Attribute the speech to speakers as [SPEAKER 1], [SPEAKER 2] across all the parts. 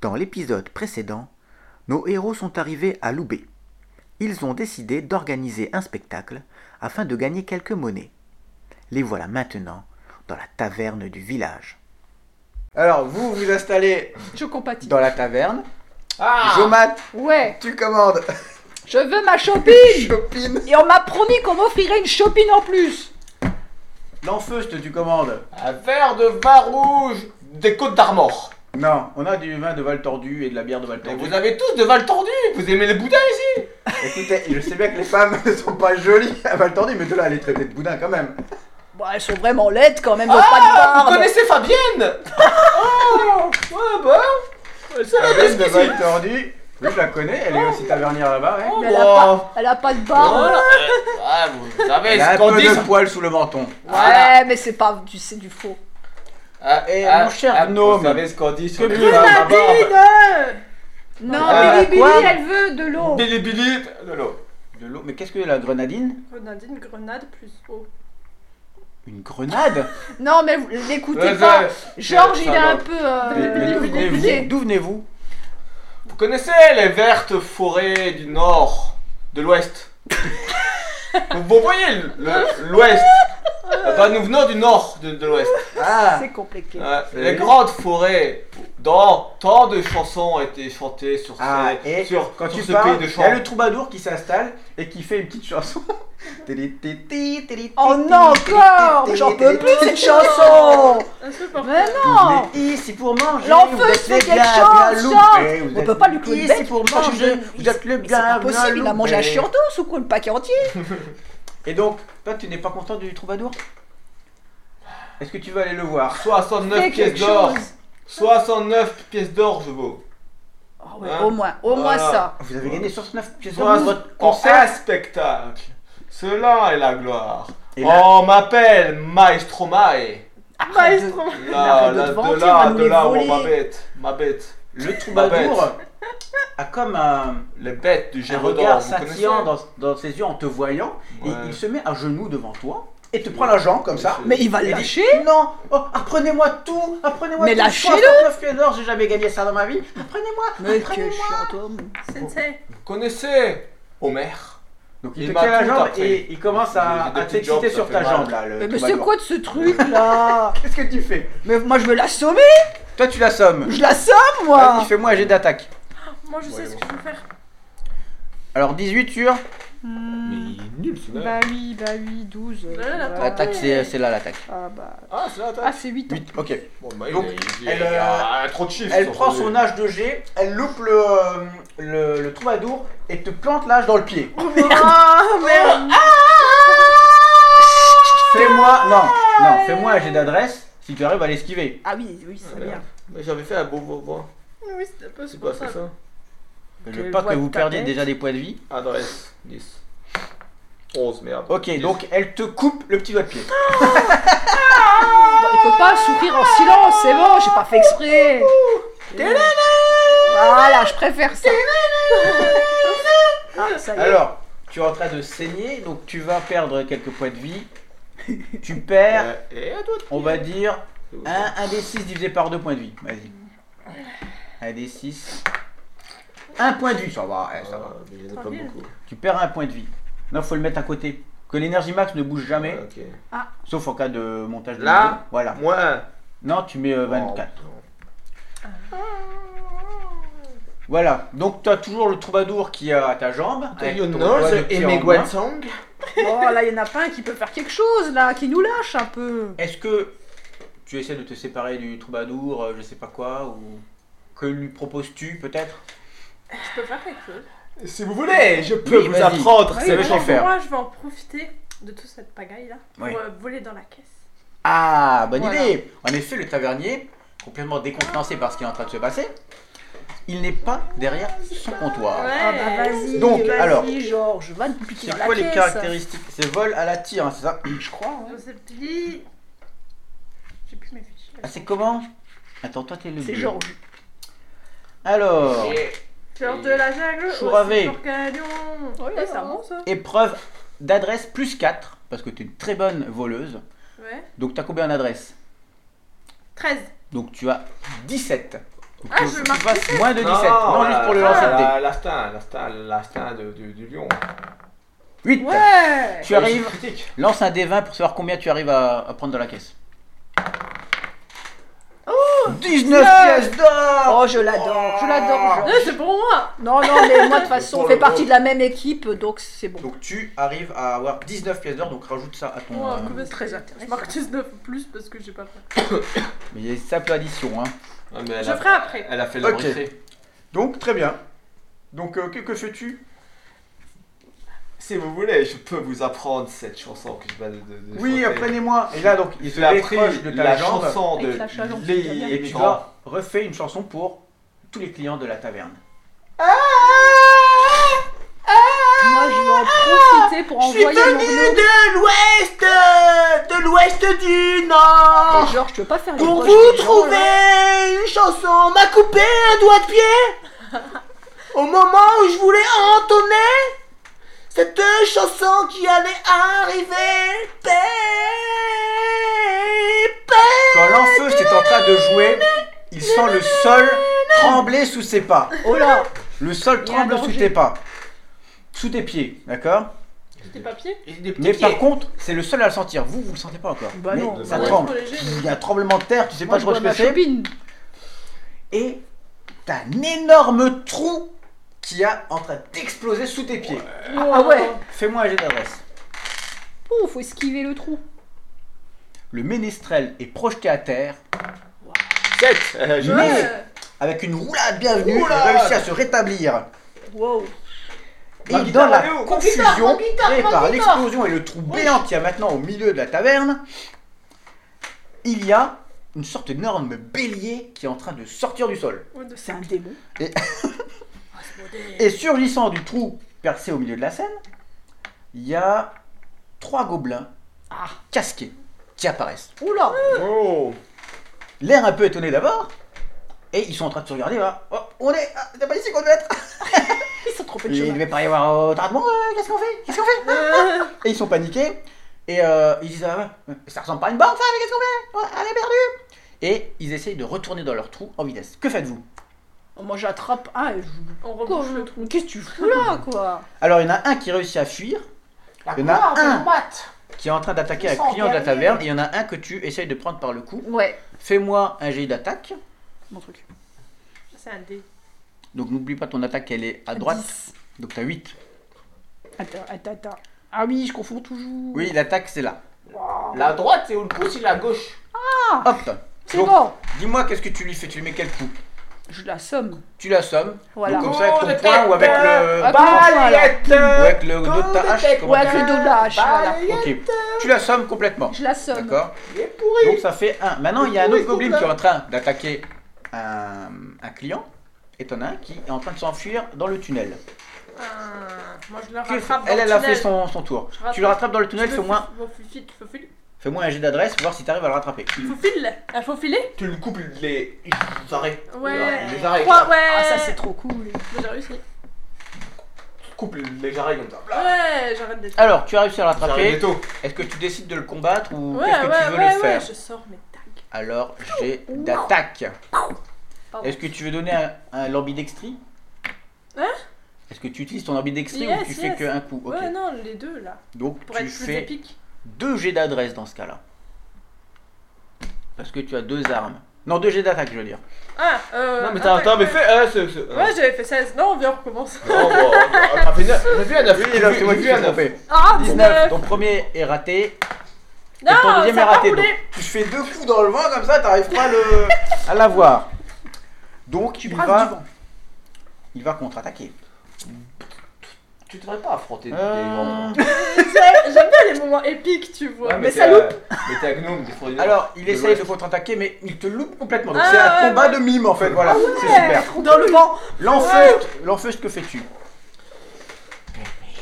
[SPEAKER 1] Dans l'épisode précédent, nos héros sont arrivés à Loubet. Ils ont décidé d'organiser un spectacle afin de gagner quelques monnaies. Les voilà maintenant dans la taverne du village. Alors, vous vous installez
[SPEAKER 2] Je compatis.
[SPEAKER 1] dans la taverne.
[SPEAKER 3] Ah
[SPEAKER 1] Jomat,
[SPEAKER 2] Ouais,
[SPEAKER 1] tu commandes
[SPEAKER 2] je veux ma chopine
[SPEAKER 1] Chopine
[SPEAKER 2] Et on m'a promis qu'on m'offrirait une chopine en plus
[SPEAKER 1] L'enfeuste, tu commandes
[SPEAKER 3] Un verre de vin rouge des Côtes d'Armor.
[SPEAKER 1] Non, on a du vin de Val Tordu et de la bière de Val
[SPEAKER 3] Mais vous avez tous de Val tordu. Vous aimez les boudins ici
[SPEAKER 1] Écoutez, je sais bien que les femmes ne sont pas jolies à Val Tordu, mais de là, elle est traitée de boudin quand même.
[SPEAKER 2] Bon, elles sont vraiment laides quand même, ils ont
[SPEAKER 3] Ah,
[SPEAKER 1] bah.
[SPEAKER 3] vous
[SPEAKER 2] pas de barbe
[SPEAKER 3] connaissez Fabienne Oh, ouais, bah, c'est la
[SPEAKER 1] Fabienne
[SPEAKER 3] bise
[SPEAKER 1] de
[SPEAKER 3] ici.
[SPEAKER 1] Val Tordu, oui, je la connais, elle est aussi tavernière là-bas. hein.
[SPEAKER 2] Mais elle, a pas, elle a pas de barbe
[SPEAKER 3] Voilà. Ah, vous savez,
[SPEAKER 1] Elle a
[SPEAKER 3] ce
[SPEAKER 1] un
[SPEAKER 3] qu'on
[SPEAKER 1] peu
[SPEAKER 3] dit.
[SPEAKER 1] de poils sous le menton.
[SPEAKER 2] Ouais, mais c'est pas du, c'est du faux.
[SPEAKER 3] Ah,
[SPEAKER 1] Eh,
[SPEAKER 3] ah,
[SPEAKER 1] mon cher
[SPEAKER 3] ah,
[SPEAKER 1] gnome,
[SPEAKER 3] Vous savez ce qu'on dit sur
[SPEAKER 1] que
[SPEAKER 3] les
[SPEAKER 1] tu
[SPEAKER 3] femmes à Ah, barbe.
[SPEAKER 2] Non,
[SPEAKER 1] Ah,
[SPEAKER 2] Billy Billy,
[SPEAKER 1] quoi
[SPEAKER 2] elle veut de l'eau.
[SPEAKER 3] Billy Billy de l'eau.
[SPEAKER 1] De l'eau. Mais qu'est-ce que la grenadine
[SPEAKER 4] Grenadine, grenade plus eau.
[SPEAKER 1] Une grenade
[SPEAKER 2] Non, mais vous l'écoutez
[SPEAKER 3] Ouais,
[SPEAKER 2] pas.
[SPEAKER 3] ouais.
[SPEAKER 2] Georges,
[SPEAKER 3] Ouais,
[SPEAKER 2] il est
[SPEAKER 3] ça va.
[SPEAKER 2] un peu. euh,
[SPEAKER 1] Mais- mais d'où
[SPEAKER 2] compliqué.
[SPEAKER 1] venez-vous D'où venez-vous
[SPEAKER 3] Vous connaissez les vertes forêts du nord, de l'ouest vous, vous voyez le- le- l'ouest Ah bah, Nous venons du nord de, de l'ouest.
[SPEAKER 1] Ah
[SPEAKER 2] C'est compliqué.
[SPEAKER 3] Euh,
[SPEAKER 1] Oui.
[SPEAKER 3] les grandes forêts dont tant de chansons ont été chantées sur, ce-
[SPEAKER 1] Ah, et
[SPEAKER 3] sur,
[SPEAKER 1] quand
[SPEAKER 3] sur
[SPEAKER 1] tu
[SPEAKER 3] ce
[SPEAKER 1] parles,
[SPEAKER 3] pays de
[SPEAKER 1] il y
[SPEAKER 3] chant.
[SPEAKER 1] a le troubadour qui s'installe et qui fait une petite chanson. Tili, tili, tili, tili,
[SPEAKER 2] Oh
[SPEAKER 1] tili,
[SPEAKER 2] non,
[SPEAKER 1] tili,
[SPEAKER 2] encore
[SPEAKER 1] tili,
[SPEAKER 2] Mais J'en
[SPEAKER 1] tili,
[SPEAKER 2] peux
[SPEAKER 1] tili,
[SPEAKER 2] plus de cette
[SPEAKER 1] tili.
[SPEAKER 2] chanson Mais
[SPEAKER 4] Insupportable.
[SPEAKER 2] non
[SPEAKER 1] Vous venez ici pour manger.
[SPEAKER 2] L'enfeu
[SPEAKER 1] vous êtes
[SPEAKER 2] se
[SPEAKER 1] le
[SPEAKER 2] fait quelque
[SPEAKER 1] bien,
[SPEAKER 2] chose,
[SPEAKER 1] bien
[SPEAKER 2] chante.
[SPEAKER 1] loupé, vous
[SPEAKER 2] On
[SPEAKER 1] êtes
[SPEAKER 2] peut pas lui clouer le
[SPEAKER 1] ici
[SPEAKER 2] bec,
[SPEAKER 1] pour
[SPEAKER 2] quand je
[SPEAKER 1] manger.
[SPEAKER 2] donne-
[SPEAKER 1] Vous êtes le
[SPEAKER 2] Mais C'est pas
[SPEAKER 1] bien
[SPEAKER 2] possible, il a mangé un
[SPEAKER 1] loupé.
[SPEAKER 2] chiantos ou quoi, le paquet entier
[SPEAKER 1] Et donc, toi, tu n'es pas content du troubadour Est-ce que tu veux aller le voir
[SPEAKER 3] 69
[SPEAKER 2] Fais
[SPEAKER 3] pièces
[SPEAKER 2] quelque
[SPEAKER 3] d'or
[SPEAKER 2] chose.
[SPEAKER 3] 69 pièces d'or, je vaux.
[SPEAKER 2] Ah ouais,
[SPEAKER 3] Hein
[SPEAKER 2] Au moins, au moins
[SPEAKER 3] Voilà.
[SPEAKER 2] ça.
[SPEAKER 1] Vous avez gagné 69 pièces
[SPEAKER 3] Soit
[SPEAKER 1] d'or votre
[SPEAKER 3] en un
[SPEAKER 1] concert.
[SPEAKER 3] spectacle. Cela est la gloire.
[SPEAKER 1] Et là-
[SPEAKER 3] On m'appelle Maestro Mai.
[SPEAKER 4] Maestro.
[SPEAKER 3] Là,
[SPEAKER 2] Arrête de
[SPEAKER 3] là,
[SPEAKER 2] te
[SPEAKER 3] de
[SPEAKER 2] vanter, on
[SPEAKER 3] là,
[SPEAKER 2] va nous
[SPEAKER 3] de
[SPEAKER 2] les
[SPEAKER 3] là, oh,
[SPEAKER 2] voler.
[SPEAKER 3] ma bête, ma bête.
[SPEAKER 1] Le troubadour a comme un,
[SPEAKER 3] Les bêtes du
[SPEAKER 1] un
[SPEAKER 3] Gévaudan,
[SPEAKER 1] regard
[SPEAKER 3] vous connaissez
[SPEAKER 1] scintillant dans, dans ses yeux en te voyant.
[SPEAKER 3] Ouais.
[SPEAKER 1] Et il se met à genoux devant toi et te prend la jambe comme ça.
[SPEAKER 2] Mais il va
[SPEAKER 1] Et
[SPEAKER 2] le
[SPEAKER 1] dit,
[SPEAKER 2] lâcher
[SPEAKER 1] Non Oh, apprenez-moi tout Apprenez-moi
[SPEAKER 2] Mais
[SPEAKER 1] tout
[SPEAKER 2] lâchez-le.
[SPEAKER 1] 69 pièces d'or, j'ai jamais gagné ça dans ma vie. Apprenez-moi
[SPEAKER 2] Mais
[SPEAKER 1] Apprenez-moi.
[SPEAKER 2] quel chiantôme
[SPEAKER 4] Sensei.
[SPEAKER 3] Vous connaissez Homer
[SPEAKER 1] Donc il,
[SPEAKER 3] Il
[SPEAKER 1] te
[SPEAKER 3] m'a
[SPEAKER 1] tient la
[SPEAKER 3] tout
[SPEAKER 1] jambe
[SPEAKER 3] appris.
[SPEAKER 1] et il commence à,
[SPEAKER 3] J'ai des
[SPEAKER 1] à
[SPEAKER 3] petites jambes,
[SPEAKER 1] t'exciter
[SPEAKER 3] ça
[SPEAKER 1] sur
[SPEAKER 3] fait
[SPEAKER 1] ta
[SPEAKER 3] mal.
[SPEAKER 1] jambe là. le
[SPEAKER 2] Mais, mais c'est
[SPEAKER 1] troubadour.
[SPEAKER 2] quoi de ce truc là
[SPEAKER 1] Qu'est-ce que tu fais
[SPEAKER 2] Mais moi je veux l'assommer
[SPEAKER 1] Toi tu l'assommes.
[SPEAKER 2] Je l'assomme moi
[SPEAKER 1] Vas-y, fais-moi un jet d'attaque.
[SPEAKER 4] Moi je sais
[SPEAKER 3] Voyons.
[SPEAKER 4] ce que je veux faire.
[SPEAKER 1] Alors 18 sur.
[SPEAKER 2] Ah
[SPEAKER 3] Mais il est nul ce mec.
[SPEAKER 2] Bah oui, bah oui, 12. euh,
[SPEAKER 4] Voilà, la
[SPEAKER 2] voilà.
[SPEAKER 4] porte.
[SPEAKER 1] L'attaque c'est c'est là l'attaque.
[SPEAKER 2] Ah bah.
[SPEAKER 3] Ah, c'est là,
[SPEAKER 2] Ah
[SPEAKER 3] t'as.
[SPEAKER 2] c'est 8 ans.
[SPEAKER 1] 8, ok.
[SPEAKER 3] Bon, bah, il
[SPEAKER 1] Donc,
[SPEAKER 3] est- il
[SPEAKER 1] elle,
[SPEAKER 3] est- il y a trop de chiffres.
[SPEAKER 1] Elle
[SPEAKER 3] sur
[SPEAKER 1] prend
[SPEAKER 3] ce
[SPEAKER 1] son
[SPEAKER 3] jeu.
[SPEAKER 1] âge de G, elle loupe le, euh, le, le troubadour et te plante l'âge dans le pied.
[SPEAKER 2] Ah,
[SPEAKER 4] Oh merde
[SPEAKER 1] Fais-moi. Non, non, fais-moi un jet d'adresse si tu arrives à l'esquiver.
[SPEAKER 2] Ah oui, oui, c'est
[SPEAKER 3] Ouais.
[SPEAKER 2] bien.
[SPEAKER 3] Mais j'avais fait un beau beau beau.
[SPEAKER 4] Oui, c'est un peu
[SPEAKER 3] C'est quoi, c'est
[SPEAKER 4] supportable.
[SPEAKER 1] Je
[SPEAKER 3] ça
[SPEAKER 1] veux
[SPEAKER 2] Que
[SPEAKER 1] pas que
[SPEAKER 2] voit
[SPEAKER 1] vous
[SPEAKER 2] ta
[SPEAKER 1] perdiez
[SPEAKER 2] tête.
[SPEAKER 1] déjà des points de vie.
[SPEAKER 3] Adresse 10. 11, merde.
[SPEAKER 1] Ok,
[SPEAKER 3] 10.
[SPEAKER 1] donc elle te coupe le petit doigt de pied.
[SPEAKER 2] Bah, il peut pas sourire en silence, c'est bon, j'ai pas fait exprès. C'est bon. Voilà, je préfère ça. Ah, ça y est.
[SPEAKER 1] Alors, tu es en train de saigner, donc tu vas perdre quelques points de vie. Tu perds,
[SPEAKER 3] Euh, Et à toi
[SPEAKER 1] on va dire, un, un des 6 divisé par 2 points de vie. Vas-y. Un des 6. Un point de vie, ça va, eh, ça va.
[SPEAKER 3] mais j'en ai pas
[SPEAKER 4] Tranquille.
[SPEAKER 3] beaucoup.
[SPEAKER 1] Tu perds un point de vie. Non, faut le mettre à côté. Que l'énergie max ne bouge jamais,
[SPEAKER 3] Ouais, ok.
[SPEAKER 1] sauf en cas de montage de
[SPEAKER 3] Euh. Là
[SPEAKER 1] niveau. Voilà.
[SPEAKER 3] Moins
[SPEAKER 1] Non, tu mets euh, 24. Voilà. Donc, tu as toujours le troubadour qui a à ta jambe. avec ton doigt de pied en main.
[SPEAKER 3] Song
[SPEAKER 2] Bon, là, il y en a pas un qui peut faire quelque chose, là, qui nous lâche un peu.
[SPEAKER 1] Est-ce que tu essaies de te séparer du troubadour, euh, je sais pas quoi, ou que lui proposes-tu peut-être
[SPEAKER 4] Je peux faire quelque chose.
[SPEAKER 3] Si vous voulez, je peux
[SPEAKER 1] Oui,
[SPEAKER 3] vous
[SPEAKER 1] vas-y.
[SPEAKER 3] apprendre.
[SPEAKER 1] Oui,
[SPEAKER 3] c'est
[SPEAKER 1] vas-y.
[SPEAKER 3] méchant.
[SPEAKER 1] méchant faire.
[SPEAKER 4] Moi je vais en profiter de toute cette pagaille là pour
[SPEAKER 1] Oui.
[SPEAKER 4] euh, voler dans la caisse.
[SPEAKER 1] Ah, bonne
[SPEAKER 4] Voilà.
[SPEAKER 1] idée En effet, le tavernier, complètement décontenancé par ce qui est en train de se passer, il n'est pas derrière son comptoir.
[SPEAKER 4] Ouais.
[SPEAKER 2] Ah bah vas-y,
[SPEAKER 1] Donc,
[SPEAKER 2] vas-y,
[SPEAKER 1] alors.
[SPEAKER 2] Georges, va nous piquer
[SPEAKER 1] C'est
[SPEAKER 2] dans la
[SPEAKER 1] quoi les
[SPEAKER 2] caisse.
[SPEAKER 1] caractéristiques C'est vol à la tire, hein, c'est ça
[SPEAKER 2] Je crois, ouais.
[SPEAKER 4] Je sais plus. J'ai plus mes fiches.
[SPEAKER 1] Ah, C'est comment Attends, toi t'es le
[SPEAKER 2] C'est
[SPEAKER 1] dieu.
[SPEAKER 2] Georges.
[SPEAKER 1] Alors,
[SPEAKER 4] Fleur de la jungle. oh,
[SPEAKER 1] Chouravé.
[SPEAKER 4] aussi pour Canyon.
[SPEAKER 2] Ouais,
[SPEAKER 4] Eh, c'est
[SPEAKER 2] ouais.
[SPEAKER 4] bon ça.
[SPEAKER 1] épreuve d'adresse plus 4, parce que tu es une très bonne voleuse.
[SPEAKER 4] Ouais.
[SPEAKER 1] Donc, t'as combien en adresse
[SPEAKER 4] 13.
[SPEAKER 1] Donc, tu as 17. Faut
[SPEAKER 4] Ah,
[SPEAKER 1] que
[SPEAKER 4] je
[SPEAKER 1] tu
[SPEAKER 4] marque
[SPEAKER 1] fasses moins de 17. Non, oh juste pour le
[SPEAKER 3] la-
[SPEAKER 1] lancer de dés.
[SPEAKER 3] la- L'astin, l'astin, l'astin de- du du lion.
[SPEAKER 1] 8.
[SPEAKER 2] Ouais
[SPEAKER 1] Tu arrives,
[SPEAKER 3] Critique.
[SPEAKER 1] lance un D20 pour savoir combien tu arrives à, à prendre dans la caisse.
[SPEAKER 4] Oh,
[SPEAKER 1] 19 pièces d'or
[SPEAKER 2] Oh, je l'adore, je l'adore.
[SPEAKER 1] Oh.
[SPEAKER 2] Jean.
[SPEAKER 4] Non, c'est pour moi.
[SPEAKER 2] Non, non, mais moi, de toute façon,
[SPEAKER 3] Pour
[SPEAKER 2] on
[SPEAKER 3] le
[SPEAKER 2] fait partie
[SPEAKER 3] groupe.
[SPEAKER 2] de la même équipe, donc c'est bon.
[SPEAKER 1] Donc tu arrives à avoir 19 pièces d'or, donc rajoute ça à ton...
[SPEAKER 4] Moi,
[SPEAKER 1] euh,
[SPEAKER 4] Oh, combien c'est
[SPEAKER 2] Très
[SPEAKER 4] Je
[SPEAKER 2] intéressant.
[SPEAKER 4] marque 19 plus parce que j'ai pas fait.
[SPEAKER 1] Mais ça peut addition, hein.
[SPEAKER 3] Ah, mais elle
[SPEAKER 4] Je
[SPEAKER 3] a-
[SPEAKER 4] ferai après.
[SPEAKER 3] Elle a fait
[SPEAKER 1] Ok.
[SPEAKER 3] le retrait.
[SPEAKER 1] Donc très bien. Donc euh, que, que fais-tu
[SPEAKER 3] Si vous voulez, je peux vous apprendre cette chanson que je vais de, de- de
[SPEAKER 1] Oui,
[SPEAKER 3] chanter.
[SPEAKER 1] euh, prenez-moi. Et là donc il
[SPEAKER 3] Je
[SPEAKER 1] se
[SPEAKER 3] l'ai appris
[SPEAKER 1] décroche de ta
[SPEAKER 3] la
[SPEAKER 1] jambe
[SPEAKER 3] chanson
[SPEAKER 4] Avec la
[SPEAKER 3] de
[SPEAKER 4] chalange, c'est bien.
[SPEAKER 3] les
[SPEAKER 1] et tu
[SPEAKER 3] migrants.
[SPEAKER 1] dois refais une chanson pour tous les clients de la taverne.
[SPEAKER 2] Moi, je vais en profiter pour envoyer mon gnome.
[SPEAKER 1] de l'ouest, de l'ouest du nord.
[SPEAKER 2] Et Georges, tu veux pas faire les
[SPEAKER 1] Pour
[SPEAKER 2] poches
[SPEAKER 1] vous
[SPEAKER 2] des gens,
[SPEAKER 1] trouver
[SPEAKER 2] là
[SPEAKER 1] une chanson, m'a coupé un doigt de pied. Au moment où je voulais entonner cette chanson qui allait arriver. Quand l'enfeu était en train de jouer, il sent le sol trembler sous ses pas.
[SPEAKER 2] Oh là
[SPEAKER 1] Le sol
[SPEAKER 2] Il y a un
[SPEAKER 1] tremble sous
[SPEAKER 2] danger.
[SPEAKER 1] tes pas. Sous tes pieds, d'accord
[SPEAKER 4] Des papiers
[SPEAKER 1] Mais par contre, c'est le seul à le sentir. Vous, vous le sentez pas encore.
[SPEAKER 2] Bah
[SPEAKER 1] Mais
[SPEAKER 2] non.
[SPEAKER 1] ça
[SPEAKER 4] Ouais,
[SPEAKER 1] tremble.
[SPEAKER 4] pour les jets.
[SPEAKER 1] Il y a un tremblement de terre, tu sais
[SPEAKER 2] Moi,
[SPEAKER 1] pas
[SPEAKER 2] je
[SPEAKER 1] trop
[SPEAKER 2] bois
[SPEAKER 1] ce que
[SPEAKER 2] ma
[SPEAKER 1] c'est.
[SPEAKER 2] chopine.
[SPEAKER 1] et t'as un énorme trou qui a en train d'exploser sous tes pieds.
[SPEAKER 2] Ah
[SPEAKER 4] euh,
[SPEAKER 2] ouais
[SPEAKER 1] Fais-moi un jet d'adresse.
[SPEAKER 2] Oh, faut esquiver le trou.
[SPEAKER 1] Le ménestrel est projeté à terre,
[SPEAKER 3] 7 euh, je-
[SPEAKER 1] mais
[SPEAKER 4] Ouais.
[SPEAKER 1] avec une roulade bienvenue, il
[SPEAKER 3] Roulade.
[SPEAKER 1] réussit à se rétablir.
[SPEAKER 2] Wow
[SPEAKER 1] Et
[SPEAKER 3] Ma
[SPEAKER 1] dans
[SPEAKER 3] guitare,
[SPEAKER 1] la
[SPEAKER 3] elle est où
[SPEAKER 1] confusion
[SPEAKER 2] guitare, ma guitare,
[SPEAKER 1] créée
[SPEAKER 2] ma
[SPEAKER 1] par
[SPEAKER 2] guitare.
[SPEAKER 1] l'explosion et le trou béant qu'il y a maintenant au milieu de la taverne, il y a une sorte d'énorme bélier qui est en train de sortir du sol.
[SPEAKER 4] Ouais, de
[SPEAKER 2] C'est
[SPEAKER 4] ça.
[SPEAKER 2] un démon.
[SPEAKER 1] Et surgissant du trou percé au milieu de la scène, il y a trois gobelins
[SPEAKER 2] Ah.
[SPEAKER 1] casqués qui apparaissent.
[SPEAKER 2] Oula
[SPEAKER 3] Oh.
[SPEAKER 1] L'air un peu étonné d'abord, et ils sont en train de se regarder. Là. Oh, on est. ah, c'est pas ici qu'on devait être
[SPEAKER 2] Ils sont trompés de
[SPEAKER 1] Il ne
[SPEAKER 2] chemin.
[SPEAKER 1] devait pas y avoir autant de monde, euh, qu'est-ce qu'on fait Qu'est-ce qu'on fait
[SPEAKER 4] Euh,
[SPEAKER 1] Et ils sont paniqués, et euh, ils disent ah, ouais, Ça ressemble pas à une banque, ça, mais qu'est-ce qu'on fait On- Elle est perdue Et ils essayent de retourner dans leur trou en vitesse. Que faites-vous
[SPEAKER 2] Moi, j'attrape un et je...
[SPEAKER 4] On rebouche le trou.
[SPEAKER 2] Mais Qu'est-ce que tu fous là, quoi
[SPEAKER 1] Alors il y en a un qui réussit à fuir, il y en a un qui est en train d'attaquer un client de la taverne, et il y en a un que tu essayes de prendre par le cou.
[SPEAKER 2] Ouais,
[SPEAKER 1] Fais-moi un jet d'attaque.
[SPEAKER 2] mon truc.
[SPEAKER 4] C'est un dé.
[SPEAKER 1] Donc n'oublie pas ton attaque, elle est à droite. Donc t'as 8.
[SPEAKER 2] Attends, attends, attends. Ah oui, je confonds toujours.
[SPEAKER 1] Oui, l'attaque c'est là.
[SPEAKER 3] La droite, c'est où le pouce, c'est la gauche.
[SPEAKER 1] Hop
[SPEAKER 2] Ah, C'est
[SPEAKER 1] Donc,
[SPEAKER 2] bon
[SPEAKER 1] Dis-moi qu'est-ce que tu lui fais, tu lui mets quel coup
[SPEAKER 2] Je l'assommes.
[SPEAKER 1] Tu l'assommes,
[SPEAKER 2] Voilà.
[SPEAKER 1] Donc, comme ça, avec ton poing ou avec le-
[SPEAKER 2] Ah, comment ça, alors
[SPEAKER 1] ou
[SPEAKER 2] Euh,
[SPEAKER 1] avec le dos de ta hache
[SPEAKER 2] Ouais,
[SPEAKER 1] comment
[SPEAKER 2] avec le dos de la hache, voilà.
[SPEAKER 1] tu- Ok. Tu l'assommes complètement.
[SPEAKER 2] Je l'assomme.
[SPEAKER 1] D'accord Donc ça fait 1. Maintenant, il y a un autre goblin qui est en train d'attaquer un, un client. Et t'en as un qui est en train de s'enfuir dans le tunnel.
[SPEAKER 4] Ah, Moi, je le
[SPEAKER 1] Que-
[SPEAKER 4] rattrape. dans
[SPEAKER 1] elle,
[SPEAKER 4] le
[SPEAKER 1] elle a fait
[SPEAKER 4] tunnel.
[SPEAKER 1] son, son tour.
[SPEAKER 4] Je rattrape.
[SPEAKER 1] Tu le rattrapes dans le tunnel,
[SPEAKER 4] Je
[SPEAKER 1] fais-moi
[SPEAKER 4] me faufile, faufile.
[SPEAKER 1] fais un jet d'adresse, voir si t'arrives à le rattraper.
[SPEAKER 4] Faufile Elle faufilé
[SPEAKER 3] Tu lui coupes les les arrêts.
[SPEAKER 4] Ah, Ouais.
[SPEAKER 3] Les arrêts.
[SPEAKER 4] Trois, ouais.
[SPEAKER 2] Ah, ça, c'est trop cool.
[SPEAKER 4] Moi, J'ai réussi.
[SPEAKER 3] Tu coupes les arrêts comme ça.
[SPEAKER 4] Ouais, j'arrête d'être.
[SPEAKER 1] Alors, tu as réussi à le
[SPEAKER 3] Les
[SPEAKER 1] rattraper.
[SPEAKER 3] arrêts d'étau.
[SPEAKER 1] Est-ce que tu décides de le combattre ou
[SPEAKER 4] Ouais,
[SPEAKER 1] qu'est-ce que
[SPEAKER 4] ouais,
[SPEAKER 1] tu veux
[SPEAKER 4] ouais,
[SPEAKER 1] le
[SPEAKER 4] ouais,
[SPEAKER 1] faire
[SPEAKER 4] je sors mes tags.
[SPEAKER 1] Alors, j'ai d'attaque.
[SPEAKER 4] Pardon.
[SPEAKER 1] Est-ce que tu veux donner un, un ambidextrie
[SPEAKER 4] Hein
[SPEAKER 1] Est-ce que tu utilises ton ambidextrie ou
[SPEAKER 4] Yes,
[SPEAKER 1] tu fais
[SPEAKER 4] yes.
[SPEAKER 1] qu'un coup Ok.
[SPEAKER 4] Ouais, non, les deux là.
[SPEAKER 1] Donc,
[SPEAKER 4] Pour
[SPEAKER 1] tu
[SPEAKER 4] être plus
[SPEAKER 1] fais
[SPEAKER 4] épique.
[SPEAKER 1] deux jets d'adresse dans ce cas-là. Parce que tu as deux armes. Non, deux jets d'attaque, je veux dire.
[SPEAKER 4] Ah, euh.
[SPEAKER 3] Non, mais t'as
[SPEAKER 4] attends,
[SPEAKER 3] attends, mais fais. euh, ce- ce-
[SPEAKER 4] Ouais, j'avais fait 16. Non, viens, on recommence.
[SPEAKER 3] Oh, bon, t'as fait neuf- t'as vu un neuf, t'as vu- t'as vu un neuf.
[SPEAKER 4] Ah,
[SPEAKER 1] 19. Ton premier est raté.
[SPEAKER 4] Non,
[SPEAKER 1] et ton deuxième
[SPEAKER 4] ça
[SPEAKER 1] est
[SPEAKER 4] a pas
[SPEAKER 1] raté.
[SPEAKER 4] roulé.
[SPEAKER 1] donc tu fais deux coups dans le vent comme ça, t'arrives pas à le... à l'avoir. Donc il
[SPEAKER 2] braves du
[SPEAKER 1] va, il va contre-attaquer.
[SPEAKER 3] Tu devrais pas affronter des
[SPEAKER 1] Euh,
[SPEAKER 3] gens. hein.
[SPEAKER 4] J'ai- J'aime bien les moments épiques, tu vois.
[SPEAKER 3] Ouais,
[SPEAKER 4] mais
[SPEAKER 3] t'es
[SPEAKER 4] ça
[SPEAKER 3] un-
[SPEAKER 4] loupe.
[SPEAKER 3] Mais t'es un gnome, des fois.
[SPEAKER 1] Alors il
[SPEAKER 3] De
[SPEAKER 1] essaye
[SPEAKER 3] l'Ouest.
[SPEAKER 1] de contre-attaquer, mais il te loupe complètement. Donc
[SPEAKER 4] Ah,
[SPEAKER 1] c'est un
[SPEAKER 4] ouais,
[SPEAKER 1] combat de mime en fait. Voilà, c'est super.
[SPEAKER 2] Dans le vent.
[SPEAKER 1] L'enfeu, l'enfeu, que fais-tu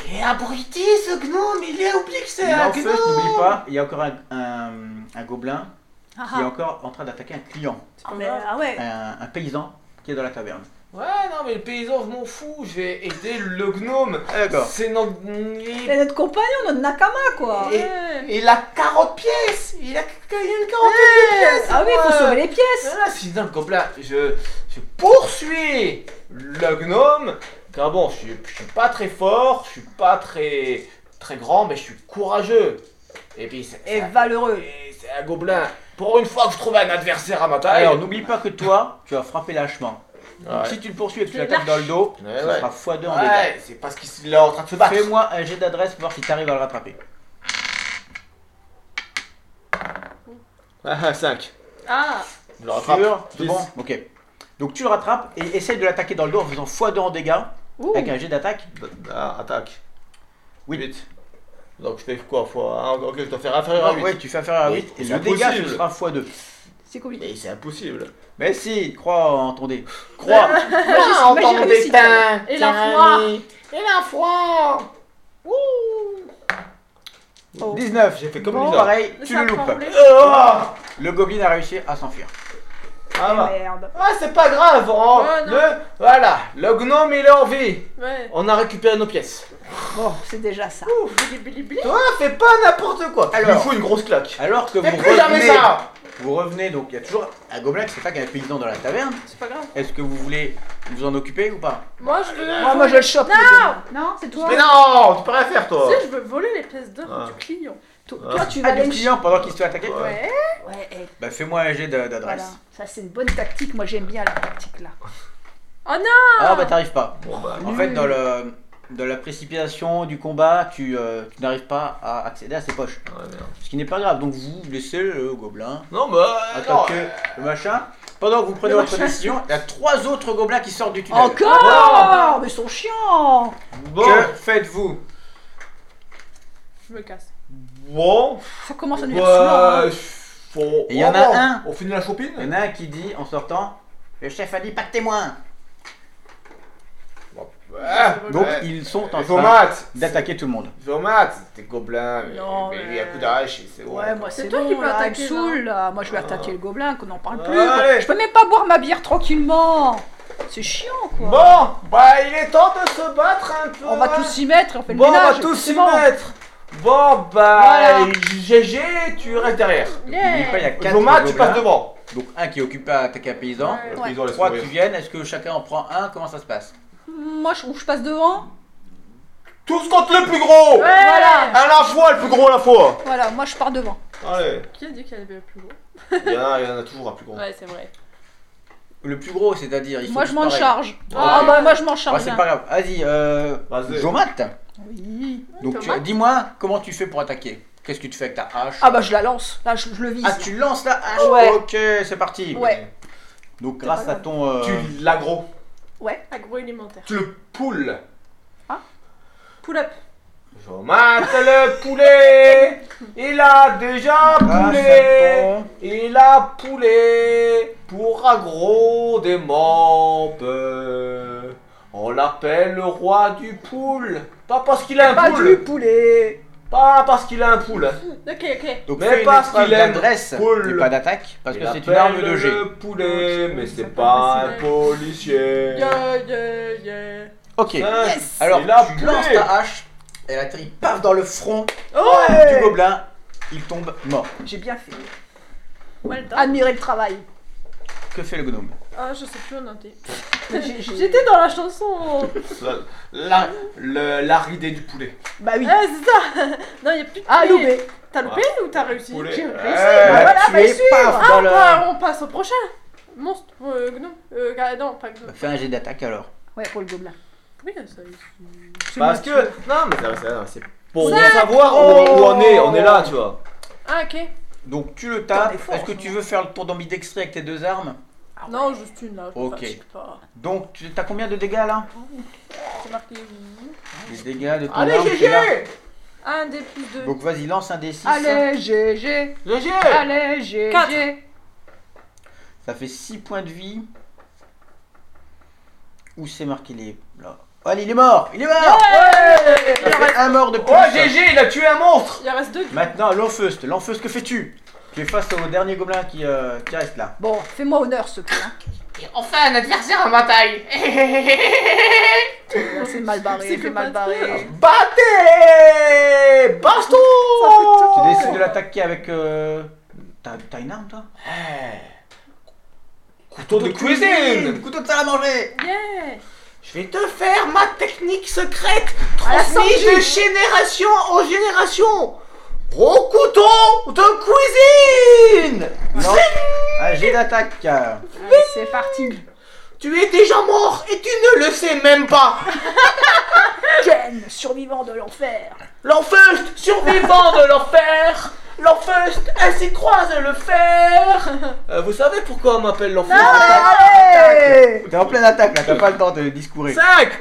[SPEAKER 3] Il est abruti ce gnome, il a oublié que c'est
[SPEAKER 1] L'enfeu, n'oublie pas, il y a encore un, un- un gobelin qui est
[SPEAKER 2] Ah,
[SPEAKER 1] encore en train d'attaquer un client,
[SPEAKER 4] C'est
[SPEAKER 2] ah.
[SPEAKER 4] pas
[SPEAKER 2] Mais,
[SPEAKER 4] grave.
[SPEAKER 2] ah ouais.
[SPEAKER 1] un, un paysan qui est dans la taverne.
[SPEAKER 3] Ouais, non, mais le paysan, je m'en fous, je vais aider le gnome.
[SPEAKER 1] D'accord.
[SPEAKER 3] C'est notre.
[SPEAKER 2] C'est notre compagnon, notre Nakama,
[SPEAKER 1] Ah,
[SPEAKER 2] quoi.
[SPEAKER 3] Et- Il a 40 pièces Il a il a une quarantaine de pièces
[SPEAKER 2] Ah oui, faut
[SPEAKER 3] moi.
[SPEAKER 2] sauver les pièces.
[SPEAKER 3] Ah, sinon, le gobelin, je, je poursuis le gnome. Car bon, je suis, je suis pas très fort, je suis pas très, très grand, mais je suis courageux. Et puis, c'est
[SPEAKER 2] Et
[SPEAKER 3] c'est un-
[SPEAKER 2] valeureux.
[SPEAKER 3] et c'est un gobelin. Pour une fois que je trouve un adversaire à ma taille.
[SPEAKER 1] Alors, n'oublie pas que toi, tu as frappé lâchement. Donc,
[SPEAKER 3] Ouais. Eh
[SPEAKER 1] si tu le poursuis et que tu
[SPEAKER 4] Tu
[SPEAKER 1] l'attaques dans le dos,
[SPEAKER 3] Ouais,
[SPEAKER 1] ça
[SPEAKER 3] ouais.
[SPEAKER 1] sera x2 en dégâts.
[SPEAKER 3] Ouais, c'est parce qu'il est en train de se battre.
[SPEAKER 1] Fais-moi un jet d'adresse pour voir si t'arrives à le rattraper.
[SPEAKER 3] Ah, 5.
[SPEAKER 4] Ah,
[SPEAKER 3] Je le rattrape.
[SPEAKER 1] Sûr C'est
[SPEAKER 3] Dix.
[SPEAKER 1] bon Ok. Donc, tu le rattrapes et essaye de l'attaquer dans le dos en faisant x2 en dégâts
[SPEAKER 2] Ouh.
[SPEAKER 1] avec un jet d'attaque.
[SPEAKER 3] Ah, attaque.
[SPEAKER 1] Huit. Ah,
[SPEAKER 3] Huit. Donc je fais quoi fois un, Ok, je dois faire inférieur à 8.
[SPEAKER 1] ouais, tu fais affaire à
[SPEAKER 3] Ah, Mais
[SPEAKER 1] 8 et
[SPEAKER 3] c'est
[SPEAKER 1] le dégât ce
[SPEAKER 3] impossible.
[SPEAKER 1] sera x2.
[SPEAKER 2] C'est compliqué.
[SPEAKER 3] Mais c'est impossible.
[SPEAKER 1] Mais si, crois en ton dé. Crois Ah,
[SPEAKER 2] Moi, j'ai- moi, j'ai réussi, quand
[SPEAKER 4] et la foi
[SPEAKER 3] Et la foi 19, Oh. j'ai fait comme
[SPEAKER 1] Bon,
[SPEAKER 3] les autres.
[SPEAKER 1] pareil, tu
[SPEAKER 4] ça
[SPEAKER 1] le
[SPEAKER 4] prend
[SPEAKER 1] loupes.
[SPEAKER 4] roulé.
[SPEAKER 3] Ah,
[SPEAKER 1] Le gobelin a réussi à s'enfuir.
[SPEAKER 3] Ah, bah.
[SPEAKER 2] Merde.
[SPEAKER 3] Ah, c'est pas grave. hein.
[SPEAKER 4] Ouais, non.
[SPEAKER 3] le, voilà, le gnome il est en vie.
[SPEAKER 4] Ouais.
[SPEAKER 3] On a récupéré nos pièces.
[SPEAKER 2] Bon, c'est déjà ça.
[SPEAKER 4] Bili, bili, bili.
[SPEAKER 3] Toi, fais pas n'importe quoi.
[SPEAKER 1] Alors.
[SPEAKER 3] il faut une grosse claque.
[SPEAKER 1] Alors que vous
[SPEAKER 3] Fais plus jamais
[SPEAKER 1] revenez,
[SPEAKER 3] ça.
[SPEAKER 1] vous revenez, donc il y a toujours un gobelin qui s'attaque à un paysan dans la taverne.
[SPEAKER 4] C'est pas grave.
[SPEAKER 1] Est-ce que vous voulez vous en occuper ou pas
[SPEAKER 4] Moi, je veux.
[SPEAKER 2] Ah, Moi, moi, je le chope.
[SPEAKER 4] Non
[SPEAKER 2] Non, c'est toi.
[SPEAKER 3] Mais non, tu peux rien faire toi.
[SPEAKER 4] Tu sais, je veux voler les pièces d'or
[SPEAKER 3] Ah.
[SPEAKER 4] du client.
[SPEAKER 2] To-
[SPEAKER 3] Ah.
[SPEAKER 2] Toi, tu vas
[SPEAKER 1] Ah, du
[SPEAKER 2] aller.
[SPEAKER 1] client pendant qu'il se fait attaquer
[SPEAKER 3] Ouais.
[SPEAKER 4] Ouais.
[SPEAKER 2] Ouais, eh,
[SPEAKER 1] Bah fais-moi un jet de-
[SPEAKER 2] voilà.
[SPEAKER 1] d'adresse.
[SPEAKER 2] Ça, c'est une bonne tactique. Moi, j'aime bien la tactique là.
[SPEAKER 4] Oh non
[SPEAKER 1] Ah bah t'arrives pas.
[SPEAKER 3] Bon, bah,
[SPEAKER 1] En fait, dans, le, dans la précipitation du combat, tu, euh, tu n'arrives pas à accéder à ses poches.
[SPEAKER 3] ouais, merde.
[SPEAKER 1] Ce qui n'est pas grave, donc vous laissez le gobelin
[SPEAKER 3] Non, bah. non.
[SPEAKER 1] attaquer le machin. Pendant que vous prenez
[SPEAKER 4] Le
[SPEAKER 1] votre
[SPEAKER 4] machin.
[SPEAKER 1] décision, il y a trois autres gobelins qui sortent du tunnel.
[SPEAKER 2] Encore Mais ils sont chiants
[SPEAKER 3] Bon.
[SPEAKER 1] Que faites-vous
[SPEAKER 4] Je me casse.
[SPEAKER 3] Bon.
[SPEAKER 2] Oh, Ça commence à devenir
[SPEAKER 3] Bah,
[SPEAKER 2] saoulant. hein.
[SPEAKER 3] faut-
[SPEAKER 1] Il y en a
[SPEAKER 3] Oh,
[SPEAKER 1] un.
[SPEAKER 3] On finit la chopine
[SPEAKER 1] Il y en a un qui dit en sortant Le chef a dit pas de témoin
[SPEAKER 3] Ouais.
[SPEAKER 1] Donc
[SPEAKER 3] Ouais.
[SPEAKER 1] ils sont en
[SPEAKER 3] Il faut
[SPEAKER 1] train
[SPEAKER 3] mat.
[SPEAKER 1] d'attaquer tout le monde.
[SPEAKER 3] Il faut mat. T'es gobelin. Mais,
[SPEAKER 4] Non,
[SPEAKER 3] mais,
[SPEAKER 4] mais-
[SPEAKER 3] lui, à coup d'arrache, c'est bon.
[SPEAKER 2] Ouais, moi
[SPEAKER 4] C'est
[SPEAKER 2] c'est
[SPEAKER 4] toi
[SPEAKER 2] bon,
[SPEAKER 4] qui peux
[SPEAKER 2] là,
[SPEAKER 4] attaquer,
[SPEAKER 2] elle me saoule, là. Moi je vais attaquer le gobelin, qu'on n'en parle plus.
[SPEAKER 3] Allez.
[SPEAKER 2] quoi. Je peux même pas boire ma bière tranquillement. C'est chiant quoi.
[SPEAKER 3] Bon, bah il est temps de se battre un peu. hein.
[SPEAKER 2] on va tous s'y mettre et on fait
[SPEAKER 3] Bon,
[SPEAKER 2] le
[SPEAKER 3] on
[SPEAKER 2] ménage.
[SPEAKER 3] va tous
[SPEAKER 2] c'est
[SPEAKER 3] s'y
[SPEAKER 2] bon.
[SPEAKER 3] mettre. Bon, bah
[SPEAKER 2] Voilà.
[SPEAKER 3] GG, tu restes derrière.
[SPEAKER 1] N'oubliez pas, il y a quatre
[SPEAKER 3] Joma, tu
[SPEAKER 1] gobelins.
[SPEAKER 3] passes devant.
[SPEAKER 1] Donc un qui est occupé à attaquer un paysan.
[SPEAKER 4] Ouais.
[SPEAKER 3] Ils ont laissé
[SPEAKER 1] Trois
[SPEAKER 3] mourir.
[SPEAKER 1] qui viennent, est-ce que chacun en prend un Comment ça se passe
[SPEAKER 2] Moi je, je passe devant.
[SPEAKER 3] Tous contre le plus gros.
[SPEAKER 4] Ouais.
[SPEAKER 2] Voilà.
[SPEAKER 3] À la fois, le plus gros à la fois.
[SPEAKER 2] Voilà, moi je pars devant.
[SPEAKER 3] Allez.
[SPEAKER 4] Qui a dit qu'il y avait le plus gros
[SPEAKER 3] Il y en a, il y en a toujours un plus gros.
[SPEAKER 4] Ouais, c'est vrai.
[SPEAKER 1] Le plus gros, c'est-à-dire. ils
[SPEAKER 2] Moi
[SPEAKER 1] sont
[SPEAKER 2] je
[SPEAKER 1] tous
[SPEAKER 2] m'en
[SPEAKER 1] pareils.
[SPEAKER 2] charge.
[SPEAKER 3] Ouais.
[SPEAKER 2] Ah bah moi je m'en
[SPEAKER 1] Bah,
[SPEAKER 2] charge.
[SPEAKER 1] c'est
[SPEAKER 2] bien.
[SPEAKER 1] pas grave. Vas-y, euh,
[SPEAKER 3] Vas-y.
[SPEAKER 1] Jomat.
[SPEAKER 2] Oui.
[SPEAKER 1] Donc tu-
[SPEAKER 4] Jomat.
[SPEAKER 1] dis-moi comment tu fais pour attaquer. Qu'est-ce que tu fais avec ta hache
[SPEAKER 2] Ah bah je la lance. Là je, je le vise.
[SPEAKER 1] Ah, tu lances la hache
[SPEAKER 2] Ouais.
[SPEAKER 1] Ok, c'est parti.
[SPEAKER 2] Ouais.
[SPEAKER 1] Donc grâce
[SPEAKER 2] pas
[SPEAKER 1] à ton. euh,
[SPEAKER 3] Tu l'aggro.
[SPEAKER 2] Ouais.
[SPEAKER 4] Agroalimentaire.
[SPEAKER 3] Tu le poules.
[SPEAKER 4] Ah, Pull up.
[SPEAKER 3] Jomat, le poulet. Il a déjà
[SPEAKER 1] grâce à
[SPEAKER 3] poulet.
[SPEAKER 1] ton-
[SPEAKER 3] Il a poulet pour agro des membres. On l'appelle le roi du poule. Pas parce qu'il a un
[SPEAKER 2] Pas
[SPEAKER 3] poule.
[SPEAKER 2] du poulet.
[SPEAKER 3] Pas parce qu'il a un poule.
[SPEAKER 4] Ok, ok.
[SPEAKER 1] Donc
[SPEAKER 3] Mais
[SPEAKER 1] fais une
[SPEAKER 3] parce
[SPEAKER 1] épreuve
[SPEAKER 3] qu'il aime
[SPEAKER 1] d'adresse
[SPEAKER 3] Paul.
[SPEAKER 1] et pas d'attaque, parce
[SPEAKER 3] Il
[SPEAKER 1] que c'est une
[SPEAKER 3] appelle
[SPEAKER 1] arme de G.
[SPEAKER 3] Le poulet, mais c'est
[SPEAKER 4] Ça
[SPEAKER 3] pas
[SPEAKER 4] peut
[SPEAKER 3] un
[SPEAKER 4] passer.
[SPEAKER 1] Euh.
[SPEAKER 3] policier.
[SPEAKER 4] Yeah, yeah, yeah.
[SPEAKER 1] Ok,
[SPEAKER 3] Hein,
[SPEAKER 1] alors
[SPEAKER 3] il a
[SPEAKER 1] tu
[SPEAKER 3] poulet.
[SPEAKER 1] lances ta hache, elle atterrit paf dans le front du
[SPEAKER 2] Ouais.
[SPEAKER 1] gobelin, il tombe mort.
[SPEAKER 2] J'ai bien fait.
[SPEAKER 4] Well done.
[SPEAKER 2] Admirer le travail.
[SPEAKER 1] Que fait le gnome
[SPEAKER 4] Ah, je sais plus où on en était.
[SPEAKER 2] J'ai- j'ai-
[SPEAKER 4] J'étais dans la chanson.
[SPEAKER 3] La- La, le- la ridée du poulet.
[SPEAKER 2] Bah oui.
[SPEAKER 4] Ah, c'est ça. Non, il y a plus de
[SPEAKER 2] Ah
[SPEAKER 4] clé.
[SPEAKER 2] loupé.
[SPEAKER 4] T'as loupé ou t'as réussi
[SPEAKER 3] Poulet. Eh,
[SPEAKER 4] J'ai
[SPEAKER 3] Ouais.
[SPEAKER 4] réussi.
[SPEAKER 1] Elle
[SPEAKER 2] Bah, voilà,
[SPEAKER 1] a
[SPEAKER 2] faut le
[SPEAKER 1] tué, Euh, paf dans le...
[SPEAKER 4] Ah, on passe au prochain. Monstre. Euh, gnome. Euh, ga- non, pas gnome.
[SPEAKER 1] Bah, Fais un jet d'attaque alors.
[SPEAKER 2] Ouais, pour le gobelin.
[SPEAKER 4] Oui, ça y est.
[SPEAKER 3] Parce que. Non, mais ça- ça- c'est pour
[SPEAKER 4] Cinq.
[SPEAKER 3] savoir où, où on est. On est là, tu vois.
[SPEAKER 4] Ah, ok.
[SPEAKER 1] Donc tu le
[SPEAKER 2] Putain,
[SPEAKER 1] tapes,
[SPEAKER 2] mais fort,
[SPEAKER 1] est-ce que
[SPEAKER 2] ça.
[SPEAKER 1] tu veux faire le tour d'ambidextré avec tes deux armes
[SPEAKER 4] Non, juste une là. Je
[SPEAKER 1] Ok.
[SPEAKER 4] pratique pas.
[SPEAKER 1] Donc tu as combien de dégâts là
[SPEAKER 4] C'est marqué.
[SPEAKER 1] Les dégâts de ton
[SPEAKER 3] Allez,
[SPEAKER 1] arme, tu l'as.
[SPEAKER 3] GG
[SPEAKER 4] Un des plus deux.
[SPEAKER 1] Donc vas-y, lance un D6.
[SPEAKER 2] Allez, GG.
[SPEAKER 3] GG
[SPEAKER 2] Allez, GG.
[SPEAKER 1] Ça fait 6 points de vie. Où c'est marqué les... Là. Oh, Allez, il est mort Il est mort
[SPEAKER 4] Il en
[SPEAKER 1] Ça fait
[SPEAKER 4] reste,
[SPEAKER 1] Un mort de plus
[SPEAKER 3] Oh, GG, il a tué un monstre
[SPEAKER 4] il en reste deux.
[SPEAKER 1] Maintenant, l'enfeust. L'enfeust, que fais-tu Tu es face au dernier gobelin qui, euh, qui reste là.
[SPEAKER 2] Bon, fais-moi honneur ce coup. hein.
[SPEAKER 4] Et enfin un adversaire à ma taille.
[SPEAKER 2] C'est mal barré,
[SPEAKER 1] C'est
[SPEAKER 2] c'est
[SPEAKER 1] que
[SPEAKER 2] mal barré.
[SPEAKER 3] Battez Baston
[SPEAKER 2] Ça
[SPEAKER 1] Oh.
[SPEAKER 3] Tu
[SPEAKER 2] fait tout.
[SPEAKER 3] décides de l'attaquer avec. euh, T'as t'as une arme toi Eh. Couteau de cuisine
[SPEAKER 1] Couteau de salle à manger
[SPEAKER 4] Yeah.
[SPEAKER 3] Je vais te faire ma technique secrète
[SPEAKER 2] À la
[SPEAKER 3] transmise
[SPEAKER 2] Sanji.
[SPEAKER 3] de génération en génération Au couteau de cuisine
[SPEAKER 1] Ah,
[SPEAKER 3] J'ai d'attaque
[SPEAKER 2] Allez, c'est parti.
[SPEAKER 3] Tu es déjà mort et tu ne le sais même pas
[SPEAKER 2] Ken, survivant de l'enfer.
[SPEAKER 3] L'enfeust, survivant de l'enfer L'enfeust ainsi croise le fer Euh, Vous savez pourquoi on m'appelle l'enfeust
[SPEAKER 2] Allez
[SPEAKER 1] T'es en pleine attaque là, t'as pas le temps de discourir.
[SPEAKER 3] 5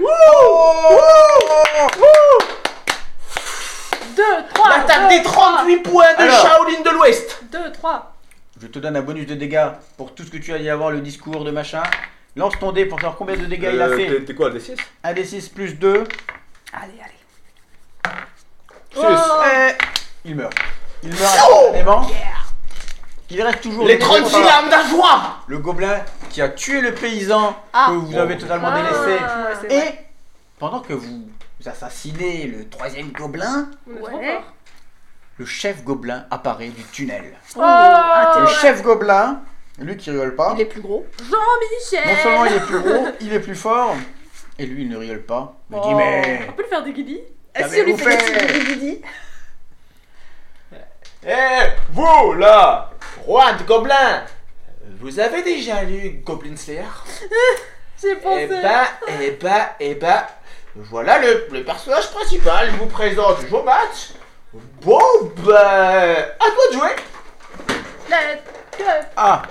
[SPEAKER 4] Deux,
[SPEAKER 1] Bah,
[SPEAKER 4] trois.
[SPEAKER 3] L'attaque
[SPEAKER 4] deux,
[SPEAKER 3] des 38 points de
[SPEAKER 1] Alors.
[SPEAKER 3] Shaolin de l'Ouest
[SPEAKER 4] Deux, trois.
[SPEAKER 1] Je te donne un bonus de dégâts pour tout ce que tu as dit avant, le discours de machin. Lance ton dé pour savoir combien de dégâts il a fait.
[SPEAKER 3] Euh, T'es quoi, le 6
[SPEAKER 1] 1 des 6 plus 2.
[SPEAKER 2] Allez, allez.
[SPEAKER 3] 6
[SPEAKER 4] Oh.
[SPEAKER 1] Et il meurt. Il meurt instantanément. Il reste toujours
[SPEAKER 3] Les
[SPEAKER 1] le gobelin-
[SPEAKER 3] 36 larmes d'Ajoie
[SPEAKER 1] Le gobelin qui a tué le paysan
[SPEAKER 2] Ah.
[SPEAKER 1] que vous avez totalement délaissé.
[SPEAKER 2] Ouais, c'est vrai.
[SPEAKER 1] Et pendant que vous assassinez le troisième gobelin,
[SPEAKER 4] On est
[SPEAKER 2] Ouais.
[SPEAKER 4] trop fort.
[SPEAKER 1] le chef gobelin apparaît du tunnel.
[SPEAKER 2] Oh, attends,
[SPEAKER 1] le chef gobelin, lui qui rigole pas,
[SPEAKER 2] Il est plus gros.
[SPEAKER 4] oh, Jean-Michel.
[SPEAKER 1] non seulement il est plus gros, il est plus fort, et lui il ne rigole pas. Il dit
[SPEAKER 2] Oh.
[SPEAKER 4] On
[SPEAKER 1] mais
[SPEAKER 4] peut le faire des guillis
[SPEAKER 1] T'avais
[SPEAKER 2] Si Ah, on lui fait
[SPEAKER 1] bouffé.
[SPEAKER 2] des petits bididis.
[SPEAKER 3] Eh, vous là, roi de gobelins, vous avez déjà lu Goblin Slayer
[SPEAKER 4] J'ai
[SPEAKER 3] Eh
[SPEAKER 4] pensé.
[SPEAKER 3] ben, eh ben, eh ben, voilà le, le personnage principal, je vous présente vos matchs. Bon, ben, à toi de jouer.
[SPEAKER 4] La- que-
[SPEAKER 1] Ah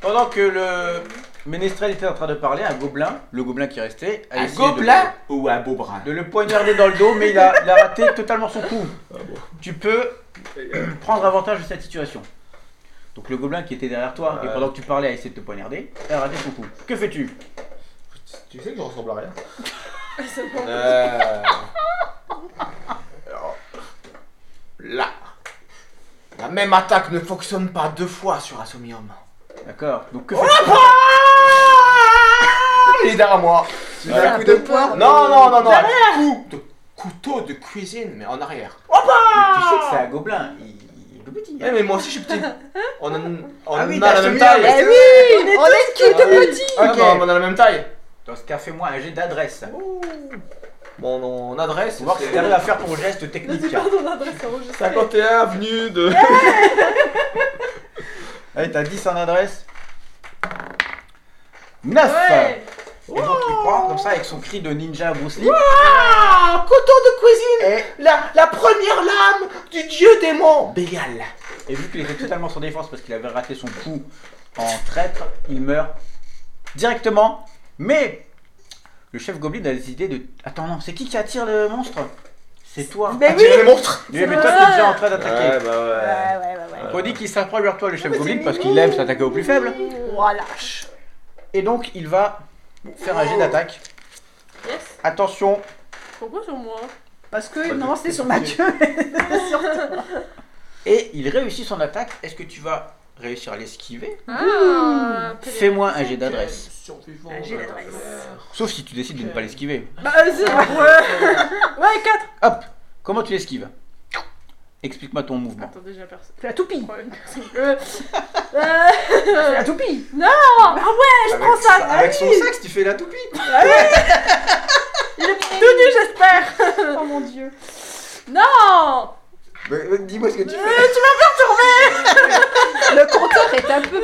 [SPEAKER 1] Pendant que le ménestrel était en train de parler, un gobelin, le gobelin qui restait, a
[SPEAKER 3] Un
[SPEAKER 1] essayé
[SPEAKER 3] gobelin ou un beau bras
[SPEAKER 1] de, de le poignarder dans le dos, mais il a, il a raté totalement son coup. Tu peux prendre avantage de cette situation. Donc le gobelin qui était derrière toi, et
[SPEAKER 3] Ouais.
[SPEAKER 1] pendant que tu parlais, a essayé de te poignarder, a raté son coup. Que fais-tu
[SPEAKER 3] Tu sais que je ressemble à rien.
[SPEAKER 4] C'est bon.
[SPEAKER 3] Euh... Alors, Là. La même attaque ne fonctionne pas deux fois sur Assomium.
[SPEAKER 1] D'accord. Donc que fais-tu
[SPEAKER 3] Il est derrière moi.
[SPEAKER 1] Tu
[SPEAKER 3] Euh,
[SPEAKER 1] fais un coup de
[SPEAKER 2] poing.
[SPEAKER 3] Non, non, non, non. Coup de couteau de cuisine, mais en arrière.
[SPEAKER 1] Mais Tu sais que c'est un gobelin, il, hein. il est tout petit.
[SPEAKER 3] Eh, mais moi aussi je suis petit. On a, on
[SPEAKER 1] Ah oui,
[SPEAKER 3] a
[SPEAKER 1] t'as
[SPEAKER 3] la même
[SPEAKER 1] Assomium,
[SPEAKER 3] taille.
[SPEAKER 1] ouais.
[SPEAKER 2] Eh
[SPEAKER 1] c'est
[SPEAKER 2] oui On est cul
[SPEAKER 3] Ah oui.
[SPEAKER 2] de petit
[SPEAKER 3] Ah,
[SPEAKER 1] Ok.
[SPEAKER 3] non, on a la même taille.
[SPEAKER 1] Dans ce cas, fais-moi un jet d'adresse.
[SPEAKER 3] Bon, on adresse.
[SPEAKER 1] Pour voir si
[SPEAKER 3] c'est-
[SPEAKER 1] tu arrives à faire ton geste
[SPEAKER 4] Ne dis
[SPEAKER 1] technique.
[SPEAKER 4] pas ton adresse, Roger.
[SPEAKER 3] 51 avenue de.
[SPEAKER 1] Allez, t'as 10 en adresse. 9
[SPEAKER 4] Ouais.
[SPEAKER 1] Et donc il prend comme ça avec son cri de ninja Bruce Lee.
[SPEAKER 3] Ah Couteau de cuisine
[SPEAKER 1] Et,
[SPEAKER 3] la, la première lame du dieu démon Bégal
[SPEAKER 1] et vu qu'il était totalement sans défense parce qu'il avait raté son coup en traître, il meurt directement. Mais le chef Goblin a décidé de. Attends, non, c'est qui qui attire le monstre C'est toi.
[SPEAKER 2] Mais oui Euh,
[SPEAKER 3] Attirez le monstre
[SPEAKER 1] Lui, mais toi, t'es déjà en train d'attaquer.
[SPEAKER 3] bah
[SPEAKER 2] Ouais, ouais, ouais, ouais.
[SPEAKER 1] On dit qu'il s'approche vers toi, le chef Goblin, parce qu'il aime s'attaquer aux plus faibles.
[SPEAKER 2] Oh, lâche.
[SPEAKER 1] Et donc, il va faire un jet d'attaque.
[SPEAKER 4] Yes.
[SPEAKER 1] Attention,
[SPEAKER 4] Pourquoi sur moi
[SPEAKER 2] Parce que,
[SPEAKER 3] Ouais,
[SPEAKER 2] non,
[SPEAKER 3] t'es-
[SPEAKER 2] c'était
[SPEAKER 3] t'es
[SPEAKER 2] sur
[SPEAKER 3] petit.
[SPEAKER 2] Mathieu. sur
[SPEAKER 1] et il réussit son attaque. Est-ce que tu vas réussir à l'esquiver
[SPEAKER 4] Ah,
[SPEAKER 1] Fais-moi un jet d'adresse.
[SPEAKER 3] Survivant
[SPEAKER 2] Ah, j'ai l'adresse.
[SPEAKER 1] Sauf si tu décides de ne pas l'esquiver.
[SPEAKER 4] Bah, vas-y. Ouais. Ouais, 4.
[SPEAKER 1] Hop Comment tu l'esquives Explique-moi ton mouvement.
[SPEAKER 4] Attends, déjà personne.
[SPEAKER 2] Fais la toupie
[SPEAKER 4] Ouais, personne. Euh, euh, Ah
[SPEAKER 2] Fais la toupie
[SPEAKER 1] Je
[SPEAKER 2] prends ça, sa- avec son oui.
[SPEAKER 1] sexe, tu fais la toupie
[SPEAKER 4] Il est tout nu, j'espère.
[SPEAKER 2] Oh mon dieu
[SPEAKER 4] Non.
[SPEAKER 1] Dis-moi ce que tu fais
[SPEAKER 2] Le compteur est un peu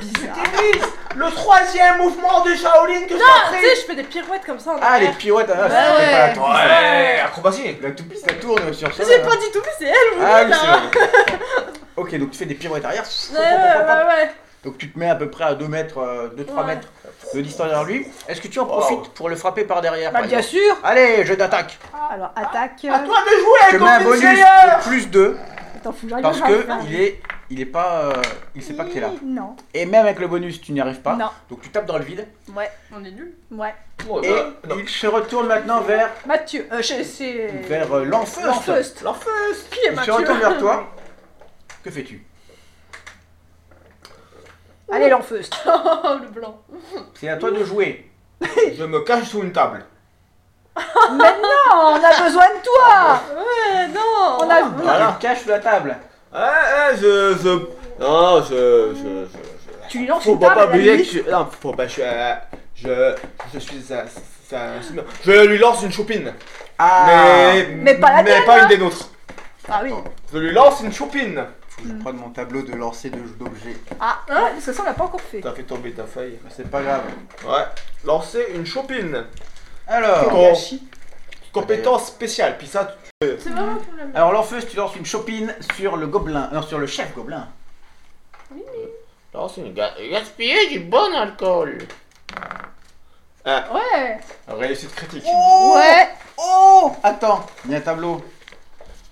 [SPEAKER 2] bizarre.
[SPEAKER 3] Tennis, le troisième mouvement de Shaolin que
[SPEAKER 4] Ah, tu sais,
[SPEAKER 3] j'ai
[SPEAKER 4] je fais des pirouettes comme ça. en
[SPEAKER 1] Ah, les
[SPEAKER 4] arrière.
[SPEAKER 1] pirouettes ah,
[SPEAKER 2] Bah
[SPEAKER 1] c'est pas la
[SPEAKER 2] ouais.
[SPEAKER 1] toupie.
[SPEAKER 3] Ouais, acrobatie
[SPEAKER 1] La toupie, ça tourne sur ça.
[SPEAKER 4] J'ai
[SPEAKER 1] là.
[SPEAKER 4] pas dit tout, mais c'est elle, vous
[SPEAKER 1] Ah oui,
[SPEAKER 4] dites, hein.
[SPEAKER 1] c'est vrai. Ok, donc tu fais des pirouettes arrière.
[SPEAKER 4] Ouais, ouais, ouais, ouais.
[SPEAKER 1] Donc tu te mets à peu près à 2 mètres, 2-3
[SPEAKER 4] Ouais.
[SPEAKER 1] mètres de distance derrière lui. Est-ce que tu en
[SPEAKER 3] Wow.
[SPEAKER 1] profites pour le frapper par derrière
[SPEAKER 2] Bah,
[SPEAKER 1] par
[SPEAKER 2] bien
[SPEAKER 1] exemple
[SPEAKER 2] sûr
[SPEAKER 1] Allez, jeu d'attaque
[SPEAKER 2] Alors, attaque.
[SPEAKER 3] À toi de jouer,
[SPEAKER 1] Tu mets un
[SPEAKER 3] Goblin
[SPEAKER 1] bonus
[SPEAKER 3] Slayer
[SPEAKER 1] de plus 2
[SPEAKER 2] Attends, faut que j'arrive
[SPEAKER 1] parce
[SPEAKER 2] à
[SPEAKER 1] que
[SPEAKER 2] faire un-
[SPEAKER 1] il est, il est pas, euh, il sait pas que t'es là.
[SPEAKER 2] Non.
[SPEAKER 1] Et même avec le bonus, tu n'y arrives pas.
[SPEAKER 2] Non.
[SPEAKER 1] Donc tu tapes dans le vide.
[SPEAKER 2] Ouais,
[SPEAKER 4] On est nuls.
[SPEAKER 2] ouais.
[SPEAKER 3] Oh,
[SPEAKER 1] Et
[SPEAKER 3] bah, non.
[SPEAKER 1] il se retourne maintenant vers
[SPEAKER 2] Mathieu, euh, je- c'est.
[SPEAKER 1] vers euh, l'enfeust.
[SPEAKER 2] L'enfeust.
[SPEAKER 1] L'enfeust.
[SPEAKER 4] Qui est
[SPEAKER 1] Il se
[SPEAKER 4] Mathieu
[SPEAKER 1] retourne vers toi. Que fais-tu
[SPEAKER 2] Allez, l'enfeuste.
[SPEAKER 4] Oh, le blanc.
[SPEAKER 1] C'est à toi de jouer.
[SPEAKER 3] Je me cache sous une table.
[SPEAKER 2] Mais non, Oh, on a besoin de toi.
[SPEAKER 4] Ouais, Euh, non.
[SPEAKER 2] On a- on a-
[SPEAKER 1] Voilà. Tu te caches sous la table.
[SPEAKER 3] Ah, ah, je, je, non, je, je, je, je-
[SPEAKER 2] Tu lui lances
[SPEAKER 3] Faut
[SPEAKER 2] une
[SPEAKER 3] pas,
[SPEAKER 2] table.
[SPEAKER 3] pas
[SPEAKER 2] à la
[SPEAKER 3] oublier que
[SPEAKER 2] limite.
[SPEAKER 3] je, non, faut pas, je, suis, euh, je, je suis, ça, ça- je lui lance une choupine.
[SPEAKER 1] Ah.
[SPEAKER 3] Mais,
[SPEAKER 2] Mais pas la tienne,
[SPEAKER 3] pas
[SPEAKER 2] hein.
[SPEAKER 3] une des nôtres.
[SPEAKER 2] Ah oui.
[SPEAKER 3] Je lui lance une choupine.
[SPEAKER 1] Faut que Je prends mon tableau de lancer de- d'objets.
[SPEAKER 2] Ah, hein, parce que ça, on l'a pas encore fait.
[SPEAKER 3] T'as fait tomber ta feuille.
[SPEAKER 1] Mais C'est pas grave.
[SPEAKER 3] Ouais. Lancer une choupine.
[SPEAKER 1] Alors,
[SPEAKER 3] Oh. Compétence spéciale. Puis ça, tu-
[SPEAKER 4] C'est vraiment pour la
[SPEAKER 1] alors l'enfeuse, tu lances une chopine sur le gobelin, non sur le chef gobelin.
[SPEAKER 3] lance une ga- gaspiller du bon alcool.
[SPEAKER 2] Ouais.
[SPEAKER 3] Réussite critique.
[SPEAKER 2] Ouais.
[SPEAKER 1] Oh Attends, il y a un tableau.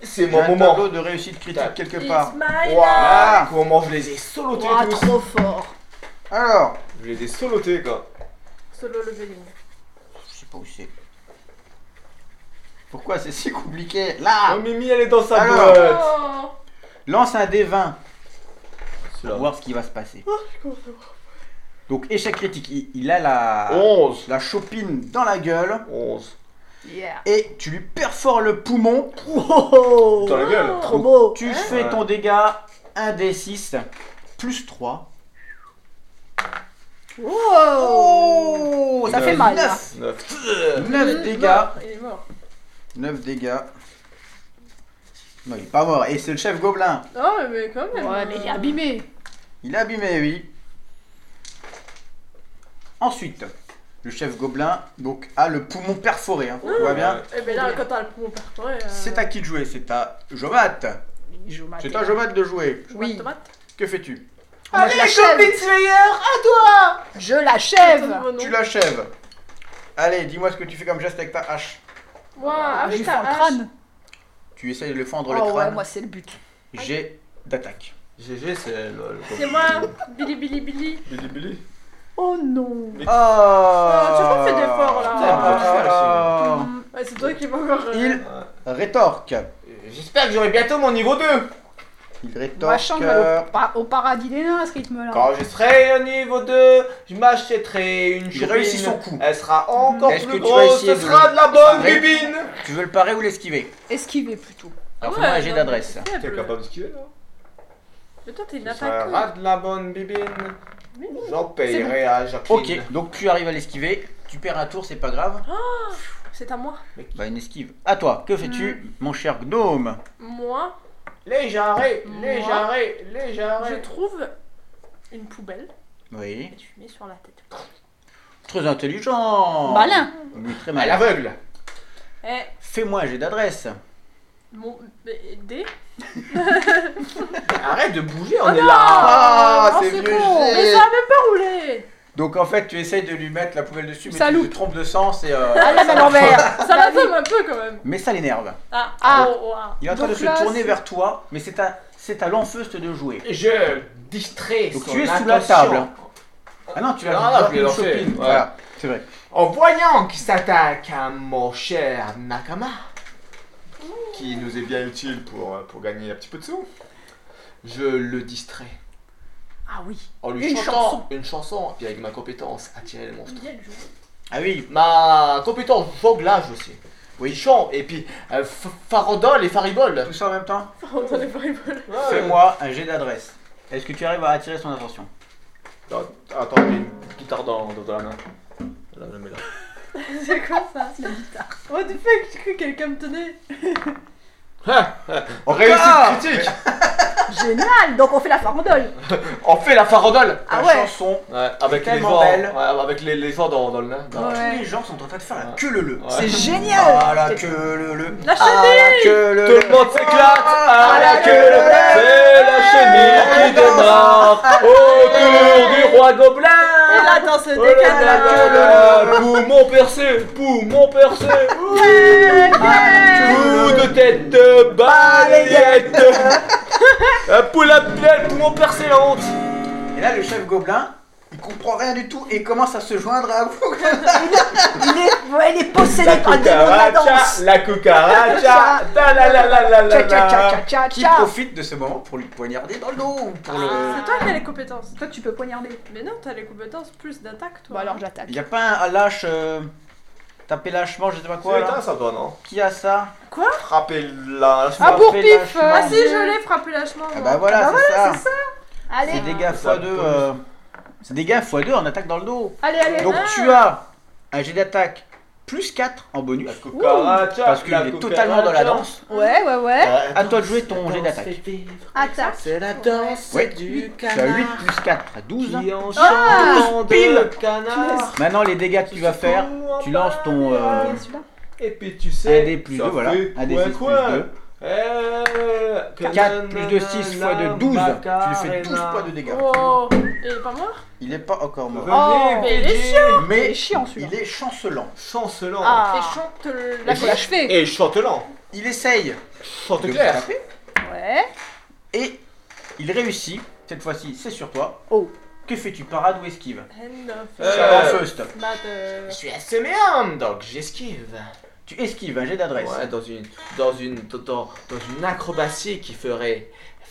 [SPEAKER 3] C'est
[SPEAKER 1] Il y a
[SPEAKER 3] mon
[SPEAKER 1] un
[SPEAKER 3] moment.
[SPEAKER 1] tableau de réussite critique
[SPEAKER 3] Tac.
[SPEAKER 1] quelque part.
[SPEAKER 4] It's my life.
[SPEAKER 3] Ouah, comment je les ai solotés
[SPEAKER 2] Ah,
[SPEAKER 3] tous.
[SPEAKER 2] trop fort.
[SPEAKER 1] Alors,
[SPEAKER 3] Je les ai solotés, gars.
[SPEAKER 4] Solo leveling.
[SPEAKER 1] je sais pas où c'est. Pourquoi c'est si compliqué Là
[SPEAKER 3] Oh, Mimi, elle est dans sa
[SPEAKER 1] Alors.
[SPEAKER 3] boîte.
[SPEAKER 4] Oh.
[SPEAKER 1] Lance un D20 pour
[SPEAKER 3] Cela.
[SPEAKER 1] voir ce qui va se passer. Donc échec critique, il, il a la,
[SPEAKER 3] 11.
[SPEAKER 1] la chopine dans la gueule
[SPEAKER 3] 11.
[SPEAKER 2] Yeah.
[SPEAKER 1] et tu lui perfores le poumon.
[SPEAKER 3] Dans la gueule.
[SPEAKER 2] Trop beau. Hein
[SPEAKER 1] Tu fais ton dégât 1 D6 plus 3.
[SPEAKER 2] Wow.
[SPEAKER 1] Oh
[SPEAKER 2] Ça
[SPEAKER 3] Neuf.
[SPEAKER 2] fait mal. là. Mm-hmm.
[SPEAKER 3] 9.
[SPEAKER 1] 9
[SPEAKER 4] Mmh,
[SPEAKER 1] dégâts.
[SPEAKER 4] mort, Il est mort.
[SPEAKER 1] 9 dégâts. Non, il est pas mort. Et c'est le chef gobelin.
[SPEAKER 4] Non, mais quand même.
[SPEAKER 2] Ouais, mais il est abîmé.
[SPEAKER 1] Il est abîmé, oui. Ensuite, le chef gobelin donc a le poumon perforé.
[SPEAKER 2] Ah,
[SPEAKER 1] Hein. Tout va bien.
[SPEAKER 4] Eh ben là, quand t'as le poumon perforé. euh,
[SPEAKER 1] C'est à qui de jouer C'est à Jomat.
[SPEAKER 2] Il joue mal.
[SPEAKER 1] C'est à Jomat de jouer.
[SPEAKER 4] je vois
[SPEAKER 2] Oui.
[SPEAKER 4] la tomate.
[SPEAKER 1] Que fais-tu
[SPEAKER 2] Moi, Ah, je l'achève.
[SPEAKER 3] Chopin Slayer, à toi
[SPEAKER 2] Je l'achève.
[SPEAKER 4] Donne-moi nom.
[SPEAKER 1] Tu l'achèves. Allez, dis-moi ce que tu fais comme geste avec ta hache.
[SPEAKER 4] Ouah, ah
[SPEAKER 2] Je lui
[SPEAKER 4] oui,
[SPEAKER 2] fends
[SPEAKER 4] t'as
[SPEAKER 2] le crâne.
[SPEAKER 1] Tu essayes de le fendre le
[SPEAKER 2] Oh ouais,
[SPEAKER 1] crâne.
[SPEAKER 2] moi c'est le but.
[SPEAKER 1] J'ai d'attaque.
[SPEAKER 3] GG, c'est le.
[SPEAKER 4] C'est moi, Billy Billy Billy.
[SPEAKER 3] Billy Billy.
[SPEAKER 2] Oh
[SPEAKER 1] Oh
[SPEAKER 2] non.
[SPEAKER 1] Tu as
[SPEAKER 4] pas fait d'effort, là. Ouais, c'est toi qui m'as encore. euh,
[SPEAKER 1] Oh. Il rétorque.
[SPEAKER 3] J'espère que j'aurai bientôt mon niveau 2.
[SPEAKER 1] Il
[SPEAKER 2] Ma
[SPEAKER 1] rétorque.
[SPEAKER 2] chambre
[SPEAKER 1] euh,
[SPEAKER 2] va au, pa- au paradis des nains à ce rythme-là.
[SPEAKER 3] Quand je serai au niveau 2, je m'achèterai une
[SPEAKER 1] Il
[SPEAKER 3] choupine.
[SPEAKER 1] réussit son coup.
[SPEAKER 3] Elle sera encore
[SPEAKER 1] Est-ce que
[SPEAKER 3] plus
[SPEAKER 1] tu vas
[SPEAKER 3] grosse.
[SPEAKER 1] essayer
[SPEAKER 3] Ce
[SPEAKER 1] de-
[SPEAKER 3] sera de la bonne
[SPEAKER 1] Ouais.
[SPEAKER 3] bibine.
[SPEAKER 1] Tu veux le parer ou l'esquiver
[SPEAKER 2] Esquivez plutôt.
[SPEAKER 1] Alors
[SPEAKER 4] Ah ouais,
[SPEAKER 1] fais-moi un jet
[SPEAKER 4] non,
[SPEAKER 1] d'adresse.
[SPEAKER 4] mais c'est faible.
[SPEAKER 3] de skier là
[SPEAKER 4] Mais toi, t'es une
[SPEAKER 3] Ce sera
[SPEAKER 4] attaque. euh,
[SPEAKER 3] de la bonne bibine.
[SPEAKER 4] Mais
[SPEAKER 3] J'en payerai à Jacqueline.
[SPEAKER 1] Ok, donc tu arrives à l'esquiver, tu perds un tour, c'est pas grave.
[SPEAKER 4] C'est à moi.
[SPEAKER 1] Bah une esquive. À toi, que fais-tu, mon cher gnome
[SPEAKER 4] Moi,
[SPEAKER 3] Les jarrets, les
[SPEAKER 4] Moi,
[SPEAKER 3] jarrets, les
[SPEAKER 4] je
[SPEAKER 3] jarrets.
[SPEAKER 4] trouve une poubelle
[SPEAKER 1] Oui.
[SPEAKER 4] et je mets sur la tête.
[SPEAKER 1] Très intelligent
[SPEAKER 2] Malin.
[SPEAKER 1] Oui, très
[SPEAKER 3] À
[SPEAKER 1] malin.
[SPEAKER 3] l'aveugle.
[SPEAKER 4] Eh,
[SPEAKER 1] Fais-moi un jet d'adresse.
[SPEAKER 4] mon mais- dé.
[SPEAKER 3] Arrête de bouger, on est là.
[SPEAKER 1] Ah,
[SPEAKER 4] Oh,
[SPEAKER 1] c'est
[SPEAKER 4] c'est
[SPEAKER 1] vieux
[SPEAKER 4] con.
[SPEAKER 1] jet.
[SPEAKER 4] Mais ça a même pas roulé.
[SPEAKER 1] Donc en fait, tu essayes de lui mettre la poubelle dessus, mais
[SPEAKER 2] Ça
[SPEAKER 1] tu
[SPEAKER 2] loupe.
[SPEAKER 1] te trompes de sens et... euh,
[SPEAKER 2] Ah, la main à l'envers.
[SPEAKER 4] Ça l'attrape un peu quand même.
[SPEAKER 1] mais ça l'énerve.
[SPEAKER 4] Bah Ah,
[SPEAKER 2] Ah.
[SPEAKER 4] oh, ouah.
[SPEAKER 1] Il est en train de
[SPEAKER 2] Donc
[SPEAKER 1] se
[SPEAKER 2] là,
[SPEAKER 1] tourner
[SPEAKER 2] c'est-
[SPEAKER 1] vers toi, mais c'est à, c'est à l'enfeuste de jouer.
[SPEAKER 3] Je distrais.
[SPEAKER 1] Donc
[SPEAKER 3] son
[SPEAKER 1] tu es sous la
[SPEAKER 3] attention.
[SPEAKER 1] table. Ah non, tu l'as
[SPEAKER 3] Ah, là, je l'ai
[SPEAKER 1] une
[SPEAKER 3] lancé,
[SPEAKER 1] chopine.
[SPEAKER 3] ouais.
[SPEAKER 1] Voilà, c'est vrai.
[SPEAKER 3] En voyant qu'il s'attaque à mon cher Nakama, qui nous est bien utile pour, euh, pour gagner un petit peu de sous, je le distrais
[SPEAKER 2] Ah oui.
[SPEAKER 3] en lui
[SPEAKER 2] Une
[SPEAKER 3] chantant
[SPEAKER 2] chanson.
[SPEAKER 3] une chanson et avec ma compétence attirer les monstres.
[SPEAKER 4] Bien joué.
[SPEAKER 1] Ah oui,
[SPEAKER 3] Ma compétence jonglage aussi.
[SPEAKER 1] Oui.
[SPEAKER 3] Oui, chant et puis euh, f- farandole et faribole.
[SPEAKER 1] tout ça en même temps
[SPEAKER 4] On entend les volleyballs.
[SPEAKER 1] Fais-moi un jet d'adresse. Est-ce que tu arrives à attirer son attention
[SPEAKER 3] Attends, Attends, j'ai une guitare dans, dans la main. Là, je la mets là.
[SPEAKER 4] C'est quoi ça C'est une guitare. What the fuck J'ai cru que quelqu'un me tenait.
[SPEAKER 1] Encore
[SPEAKER 3] Réussite critique
[SPEAKER 2] Génial. Donc on fait la farandole.
[SPEAKER 3] On fait la farandole
[SPEAKER 2] Ah
[SPEAKER 1] La
[SPEAKER 2] ouais.
[SPEAKER 1] chanson
[SPEAKER 3] Ouais, avec les
[SPEAKER 1] tellement
[SPEAKER 3] gens,
[SPEAKER 1] belle.
[SPEAKER 3] ouais, avec les, les gens dans, dans le nain. dans-
[SPEAKER 2] Ouais.
[SPEAKER 1] Tous les gens sont en train de faire la
[SPEAKER 3] Ouais.
[SPEAKER 1] queue le le.
[SPEAKER 3] Ouais.
[SPEAKER 2] C'est génial.
[SPEAKER 1] Ah la queue le le.
[SPEAKER 4] Lâchez
[SPEAKER 1] Ah la queue le
[SPEAKER 3] Tout
[SPEAKER 1] le.
[SPEAKER 3] le monde s'éclate à
[SPEAKER 1] la
[SPEAKER 3] Ah, la
[SPEAKER 1] queue
[SPEAKER 3] queue Ah,
[SPEAKER 1] leu.
[SPEAKER 3] C'est la chenille qui démarre autour du roi
[SPEAKER 4] Et
[SPEAKER 3] gobelin
[SPEAKER 4] là, dans ce
[SPEAKER 3] Oh là
[SPEAKER 4] décalage.
[SPEAKER 3] là là là, Poumon percé, poumon percé Coup de tête de balayette Pour la poumon percé la honte
[SPEAKER 1] Et là le chef gobelin, il comprend rien du tout et commence à se joindre à vous.
[SPEAKER 2] Il est, ouais, il est possédé par le démon de la danse.
[SPEAKER 3] la cucaracha, da la la la la la
[SPEAKER 2] Tcha tcha tcha
[SPEAKER 3] la.
[SPEAKER 2] tcha tcha
[SPEAKER 1] Qui
[SPEAKER 2] tcha.
[SPEAKER 1] profite de ce moment pour lui poignarder dans le dos ou pour le.
[SPEAKER 4] C'est toi qui as les compétences.
[SPEAKER 2] Toi, tu peux poignarder.
[SPEAKER 4] Mais non, t'as les compétences plus d'attaque,
[SPEAKER 2] Bon,
[SPEAKER 4] toi.
[SPEAKER 2] alors j'attaque.
[SPEAKER 1] Il a pas un lâche. euh, taper lâchement, je sais pas quoi
[SPEAKER 3] C'est
[SPEAKER 1] là.
[SPEAKER 3] éteint ça toi non
[SPEAKER 1] Qui a ça
[SPEAKER 3] Frapper la.
[SPEAKER 2] Ah, pour
[SPEAKER 1] Taper
[SPEAKER 2] pif,
[SPEAKER 1] lâchement.
[SPEAKER 4] Ah si, je l'ai frappé lâchement.
[SPEAKER 1] Ah
[SPEAKER 4] moi.
[SPEAKER 1] bah voilà,
[SPEAKER 2] Ah bah
[SPEAKER 1] c'est ça.
[SPEAKER 2] c'est Allez,
[SPEAKER 1] C'est dégâts
[SPEAKER 3] Ça
[SPEAKER 1] x2.
[SPEAKER 3] peut-
[SPEAKER 1] euh, C'est dégâts x2 en attaque dans le dos.
[SPEAKER 2] allez, allez.
[SPEAKER 1] Donc tu as un jet d'attaque plus 4 en bonus.
[SPEAKER 3] La cucaracha,
[SPEAKER 1] Parce qu'il est totalement dans la danse.
[SPEAKER 2] Ouais, ouais, ouais.
[SPEAKER 1] À toi de jouer ton jet d'attaque. Ah,
[SPEAKER 2] Attaque.
[SPEAKER 5] C'est la danse
[SPEAKER 1] Ouais.
[SPEAKER 5] du
[SPEAKER 1] Tu as
[SPEAKER 5] canard.
[SPEAKER 1] 8 plus 4 à 12.
[SPEAKER 5] Qui en
[SPEAKER 2] Ah,
[SPEAKER 5] chantant
[SPEAKER 1] pile.
[SPEAKER 5] de canard.
[SPEAKER 1] Maintenant, les dégâts que tu vas faire, tu lances ton euh,
[SPEAKER 2] Il y a celui-là.
[SPEAKER 3] Et puis tu sais.
[SPEAKER 1] 1d plus 2, voilà. 1d6 plus 2.
[SPEAKER 3] Eh,
[SPEAKER 1] 4
[SPEAKER 3] 4
[SPEAKER 1] plus 2, 6 fois 2, 12. Tu lui fais 12 points de dégâts.
[SPEAKER 4] Wow. Et il est pas mort
[SPEAKER 1] Il est pas encore mort.
[SPEAKER 2] Oh,
[SPEAKER 4] mais il est
[SPEAKER 2] Il est
[SPEAKER 1] Mais
[SPEAKER 2] chiant celui-là.
[SPEAKER 1] il est chancelant.
[SPEAKER 3] Chancelant.
[SPEAKER 4] Et
[SPEAKER 2] Ah,
[SPEAKER 4] chante le-
[SPEAKER 2] là
[SPEAKER 4] la
[SPEAKER 2] faut l'achever.
[SPEAKER 3] Et chantelant.
[SPEAKER 1] Il essaye de
[SPEAKER 3] Chanteclair.
[SPEAKER 1] vous taper
[SPEAKER 2] Ouais.
[SPEAKER 1] et il réussit. Cette fois-ci, c'est sur toi.
[SPEAKER 2] Oh.
[SPEAKER 1] Que fais-tu Parade ou esquive
[SPEAKER 4] Hand of
[SPEAKER 3] Euh.
[SPEAKER 1] Charles-Feust.
[SPEAKER 4] Bad, euh,
[SPEAKER 3] Je suis assez méante, donc j'esquive.
[SPEAKER 1] Tu esquives un jet d'adresse.
[SPEAKER 5] Ouais, dans une, dans une, dans, dans une acrobatie qui ferait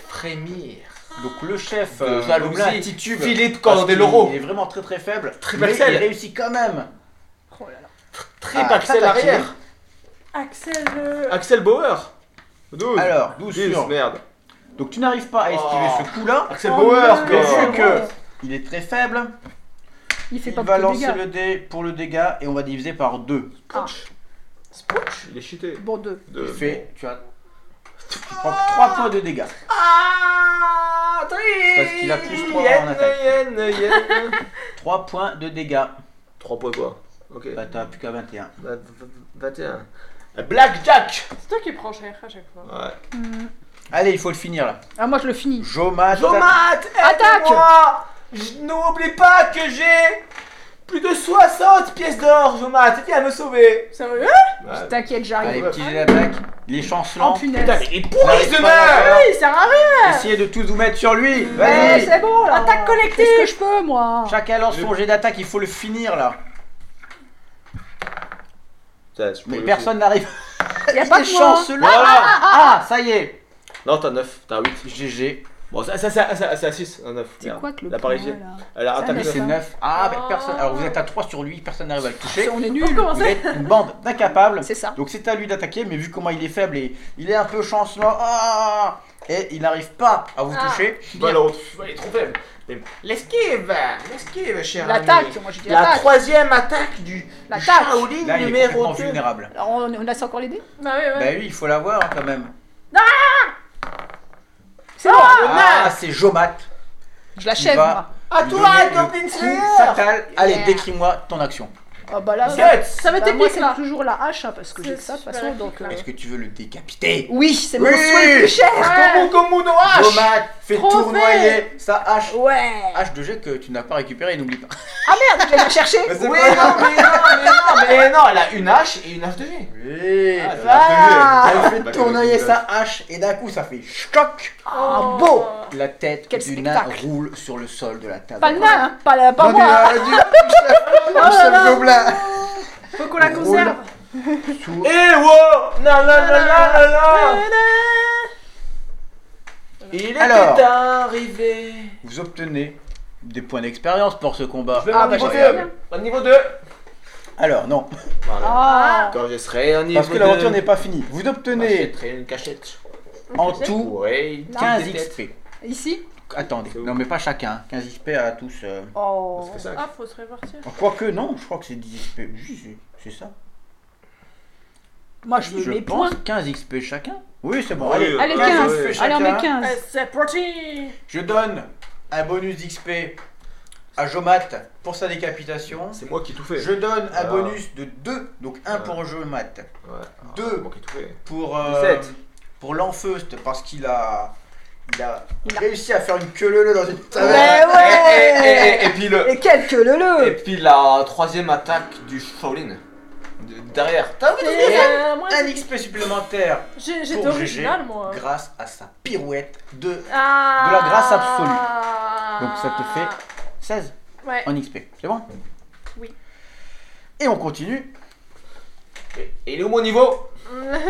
[SPEAKER 5] frémir.
[SPEAKER 1] Donc le chef
[SPEAKER 3] De
[SPEAKER 1] euh,
[SPEAKER 3] jalousie.
[SPEAKER 1] Gobelin titube.
[SPEAKER 3] Philippe
[SPEAKER 1] parce qu'il-
[SPEAKER 3] Candeloro.
[SPEAKER 1] Il est vraiment très très faible.
[SPEAKER 3] Triple
[SPEAKER 1] Mais il
[SPEAKER 3] axel.
[SPEAKER 1] réussit quand même.
[SPEAKER 2] Oh là là.
[SPEAKER 3] Très
[SPEAKER 1] Ah, ça,
[SPEAKER 3] Axel
[SPEAKER 1] t'as tiré.
[SPEAKER 3] arrière.
[SPEAKER 4] Axel. euh,
[SPEAKER 3] Axel Bauer. 12.
[SPEAKER 1] Alors, 12
[SPEAKER 3] 10,
[SPEAKER 1] sur.
[SPEAKER 3] merde.
[SPEAKER 1] Donc tu n'arrives pas à esquiver
[SPEAKER 3] Oh.
[SPEAKER 1] ce coup-là.
[SPEAKER 3] Axel
[SPEAKER 2] Oh,
[SPEAKER 3] Bauer,
[SPEAKER 2] merde.
[SPEAKER 1] Mais vu
[SPEAKER 3] quoi.
[SPEAKER 1] que il est très faible,
[SPEAKER 2] Il fait
[SPEAKER 1] il
[SPEAKER 2] pas
[SPEAKER 1] va
[SPEAKER 2] beaucoup de
[SPEAKER 1] lancer
[SPEAKER 2] dégâts.
[SPEAKER 1] le dé pour le dégât et on va diviser par 2.
[SPEAKER 2] Spooch.
[SPEAKER 3] Il est cheaté.
[SPEAKER 2] Bon, deux.
[SPEAKER 3] De...
[SPEAKER 1] Fait, tu as. Tu prends 3 points de dégâts.
[SPEAKER 3] Ah
[SPEAKER 1] Parce qu'il a plus trois en attaque. 3 points de dégâts.
[SPEAKER 5] 3 points quoi Ok.
[SPEAKER 1] Bah t'as plus qu'à 21.
[SPEAKER 5] Va- va- 21.
[SPEAKER 3] Blackjack
[SPEAKER 4] C'est toi qui prends cher à chaque fois.
[SPEAKER 3] Ouais.
[SPEAKER 2] Hmm.
[SPEAKER 1] Allez, il faut le finir là.
[SPEAKER 2] Ah, moi je le finis.
[SPEAKER 1] Jomat.
[SPEAKER 3] Jomat,
[SPEAKER 2] Attaque.
[SPEAKER 3] aide-moi Je- N'oublie pas que j'ai plus de 60 pièces d'or, Jomat, viens me sauver
[SPEAKER 4] Sérieux
[SPEAKER 3] Ouais.
[SPEAKER 2] T'inquiète,
[SPEAKER 1] Allez,
[SPEAKER 2] j'arrive.
[SPEAKER 1] petit jet d'attaque. Il est
[SPEAKER 2] Oh
[SPEAKER 1] chancelant.
[SPEAKER 3] Putain,
[SPEAKER 2] punaise.
[SPEAKER 3] mais il est pourri
[SPEAKER 1] J'arrive
[SPEAKER 3] ce
[SPEAKER 1] pas à la
[SPEAKER 3] nain
[SPEAKER 1] faire.
[SPEAKER 2] Il sert à rien.
[SPEAKER 1] Essayez de tous vous mettre sur lui.
[SPEAKER 2] Ouais,
[SPEAKER 1] Vas-y.
[SPEAKER 2] c'est bon là.
[SPEAKER 4] Attaque collective.
[SPEAKER 2] Qu'est-ce que je peux moi
[SPEAKER 1] Chacun lance son jet d'attaque, il faut le finir là.
[SPEAKER 5] Putain, je
[SPEAKER 1] Mais
[SPEAKER 5] pourrais
[SPEAKER 1] personne n'arrive.
[SPEAKER 2] Il y a pas
[SPEAKER 1] est
[SPEAKER 2] de moi.
[SPEAKER 1] chancelant. Ah, ça y est.
[SPEAKER 5] aussi. Non, t'as 9, t'as 8.
[SPEAKER 1] GG.
[SPEAKER 5] Bon, ça, ça, ça, ça, ça 6, un 9.
[SPEAKER 2] C'est quoi que le
[SPEAKER 5] La
[SPEAKER 2] point,
[SPEAKER 5] parisienne.
[SPEAKER 2] là
[SPEAKER 5] Elle a
[SPEAKER 2] Ça,
[SPEAKER 5] attaqué
[SPEAKER 1] Lui,
[SPEAKER 2] neuf.
[SPEAKER 5] ça.
[SPEAKER 1] c'est 9. Ah, mais
[SPEAKER 4] Oh.
[SPEAKER 1] personne. Alors vous êtes à 3 sur lui, personne n'arrive à le toucher.
[SPEAKER 2] On est
[SPEAKER 4] On
[SPEAKER 2] nuls.
[SPEAKER 4] commence
[SPEAKER 1] Vous êtes une bande d'incapables.
[SPEAKER 2] C'est ça.
[SPEAKER 1] Donc c'est à lui d'attaquer, mais vu comment il est faible et il est un peu chancelant. Ah et il n'arrive pas à vous
[SPEAKER 4] Ah.
[SPEAKER 1] toucher.
[SPEAKER 3] Bah alors, pff, elle est trop faible Mais- L'esquive L'esquive, cher
[SPEAKER 2] L'attaque.
[SPEAKER 3] ami.
[SPEAKER 2] Moi j'ai dit
[SPEAKER 3] La
[SPEAKER 2] l'attaque.
[SPEAKER 3] troisième attaque du du
[SPEAKER 2] L'attaque.
[SPEAKER 3] Shaolin
[SPEAKER 1] Là, il est
[SPEAKER 3] numéro
[SPEAKER 1] complètement
[SPEAKER 3] 2
[SPEAKER 1] vulnérable.
[SPEAKER 2] Alors, on, on laisse encore les dés
[SPEAKER 4] Bah ouais, ouais.
[SPEAKER 1] Bah oui, il faut l'avoir hein, quand même.
[SPEAKER 2] C'est bon.
[SPEAKER 1] Ah, c'est Jomat.
[SPEAKER 2] Je l'achève
[SPEAKER 1] Il va-
[SPEAKER 2] moi.
[SPEAKER 3] À
[SPEAKER 1] Lui
[SPEAKER 3] toi,
[SPEAKER 1] donner le
[SPEAKER 3] Goblin
[SPEAKER 1] coup
[SPEAKER 3] Slayer.
[SPEAKER 1] fatal. Allez,
[SPEAKER 2] Yeah.
[SPEAKER 1] décris-moi ton action.
[SPEAKER 2] Ah bah là.
[SPEAKER 3] Sept.
[SPEAKER 4] Ça
[SPEAKER 2] Bah,
[SPEAKER 4] m'était
[SPEAKER 2] moi
[SPEAKER 4] pique
[SPEAKER 2] c'est
[SPEAKER 4] là.
[SPEAKER 2] toujours la hache hein, parce que j'ai
[SPEAKER 4] C'est
[SPEAKER 2] que ça de toute
[SPEAKER 4] super
[SPEAKER 2] façon
[SPEAKER 4] pique,
[SPEAKER 2] donc.
[SPEAKER 4] là.
[SPEAKER 2] euh,
[SPEAKER 1] Est-ce que tu veux le décapiter
[SPEAKER 2] Oui, c'est
[SPEAKER 1] Oui.
[SPEAKER 2] mon souhait le plus cher. hein.
[SPEAKER 3] Comme comme nos haches
[SPEAKER 1] Jomat fait
[SPEAKER 4] Trop
[SPEAKER 1] tournoyer sa hache.
[SPEAKER 2] Ouais.
[SPEAKER 1] Hache de jet que tu n'as pas récupéré, n'oublie pas.
[SPEAKER 2] Ah merde, je l'ai pas cherché.
[SPEAKER 3] Oui, non, mais non, mais non, mais non, elle a une hache et une hache de G
[SPEAKER 1] Oui.
[SPEAKER 3] Ah,
[SPEAKER 2] Ah,
[SPEAKER 1] Elle fait tournoyer sa hache et d'un coup ça fait choc.
[SPEAKER 4] Oh.
[SPEAKER 2] Ah, beau.
[SPEAKER 1] La tête
[SPEAKER 2] Quel
[SPEAKER 1] du nain
[SPEAKER 2] spectacle.
[SPEAKER 1] roule sur le sol de la table.
[SPEAKER 2] Pas le nain, hein, pas, la- pas
[SPEAKER 1] Non, du-
[SPEAKER 2] moi.
[SPEAKER 1] euh, du-
[SPEAKER 2] Oh
[SPEAKER 1] du chef gobelin.
[SPEAKER 4] Faut qu'on la
[SPEAKER 1] Roule.
[SPEAKER 4] conserve.
[SPEAKER 1] Sous-
[SPEAKER 3] Eh wow Non, non, non, non, non, non. Il est
[SPEAKER 1] Alors.
[SPEAKER 3] arrivé
[SPEAKER 1] Vous obtenez des points d'expérience pour ce combat. Ah.
[SPEAKER 3] Je
[SPEAKER 2] Ah,
[SPEAKER 3] vais au niveau 2 Au niveau 2
[SPEAKER 1] Alors non,
[SPEAKER 5] Voilà.
[SPEAKER 2] Ah.
[SPEAKER 5] Quand je serai au niveau
[SPEAKER 1] parce que l'aventure
[SPEAKER 5] deux,
[SPEAKER 1] n'est pas finie. Vous obtenez
[SPEAKER 3] Bah,
[SPEAKER 5] j'achèterai une cachette.
[SPEAKER 1] en tout
[SPEAKER 5] Ouais.
[SPEAKER 1] 15
[SPEAKER 5] des têtes.
[SPEAKER 1] XP.
[SPEAKER 2] Ici
[SPEAKER 1] Attendez, non mais pas chacun, hein. 15 XP à tous. euh.
[SPEAKER 2] Oh.
[SPEAKER 5] C'est ça.
[SPEAKER 4] Ah, faut se répartir.
[SPEAKER 1] Quoique non, je crois que c'est 10 XP. Oui, c'est- c'est ça.
[SPEAKER 2] Moi je veux
[SPEAKER 1] Je
[SPEAKER 2] mes
[SPEAKER 1] pense
[SPEAKER 2] points.
[SPEAKER 1] 15 XP chacun. Oui, c'est bon.
[SPEAKER 5] Oui,
[SPEAKER 1] Allez,
[SPEAKER 5] euh,
[SPEAKER 2] Allez,
[SPEAKER 5] ouais,
[SPEAKER 2] 15.
[SPEAKER 5] ouais.
[SPEAKER 1] chacun.
[SPEAKER 2] Allez, on met
[SPEAKER 1] Ah,
[SPEAKER 2] 15.
[SPEAKER 4] Eh, C'est parti
[SPEAKER 1] Je donne un bonus d'XP à Jomat pour sa décapitation.
[SPEAKER 5] C'est moi qui tout fais.
[SPEAKER 1] Je donne un
[SPEAKER 5] Ah.
[SPEAKER 1] bonus de 2, donc 1
[SPEAKER 5] Ouais.
[SPEAKER 1] pour Jomat,
[SPEAKER 5] Ouais.
[SPEAKER 1] Deux.
[SPEAKER 5] C'est moi qui tout fais.
[SPEAKER 1] pour, euh,
[SPEAKER 5] Sept.
[SPEAKER 1] pour l'enfeuste parce qu'il a, il a
[SPEAKER 2] Il a-
[SPEAKER 1] réussi à faire une queue leu dans une
[SPEAKER 2] Mais
[SPEAKER 1] taverne.
[SPEAKER 3] Et,
[SPEAKER 2] ouais.
[SPEAKER 3] et- et- et puis le...
[SPEAKER 2] Et quel que le
[SPEAKER 3] Et
[SPEAKER 2] le
[SPEAKER 3] puis la troisième attaque du Shaolin De- Derrière T'as vu
[SPEAKER 4] Et, euh, moi,
[SPEAKER 1] Un XP supplémentaire
[SPEAKER 4] j'ai- J'étais
[SPEAKER 1] pour GG
[SPEAKER 4] original, moi.
[SPEAKER 1] grâce à sa pirouette de
[SPEAKER 4] Ah.
[SPEAKER 1] De la grâce absolue. Donc, ça te fait 16.
[SPEAKER 4] Ouais.
[SPEAKER 1] en XP. C'est bon
[SPEAKER 4] Oui.
[SPEAKER 1] Et on continue.
[SPEAKER 3] Et il est où mon niveau
[SPEAKER 4] Moi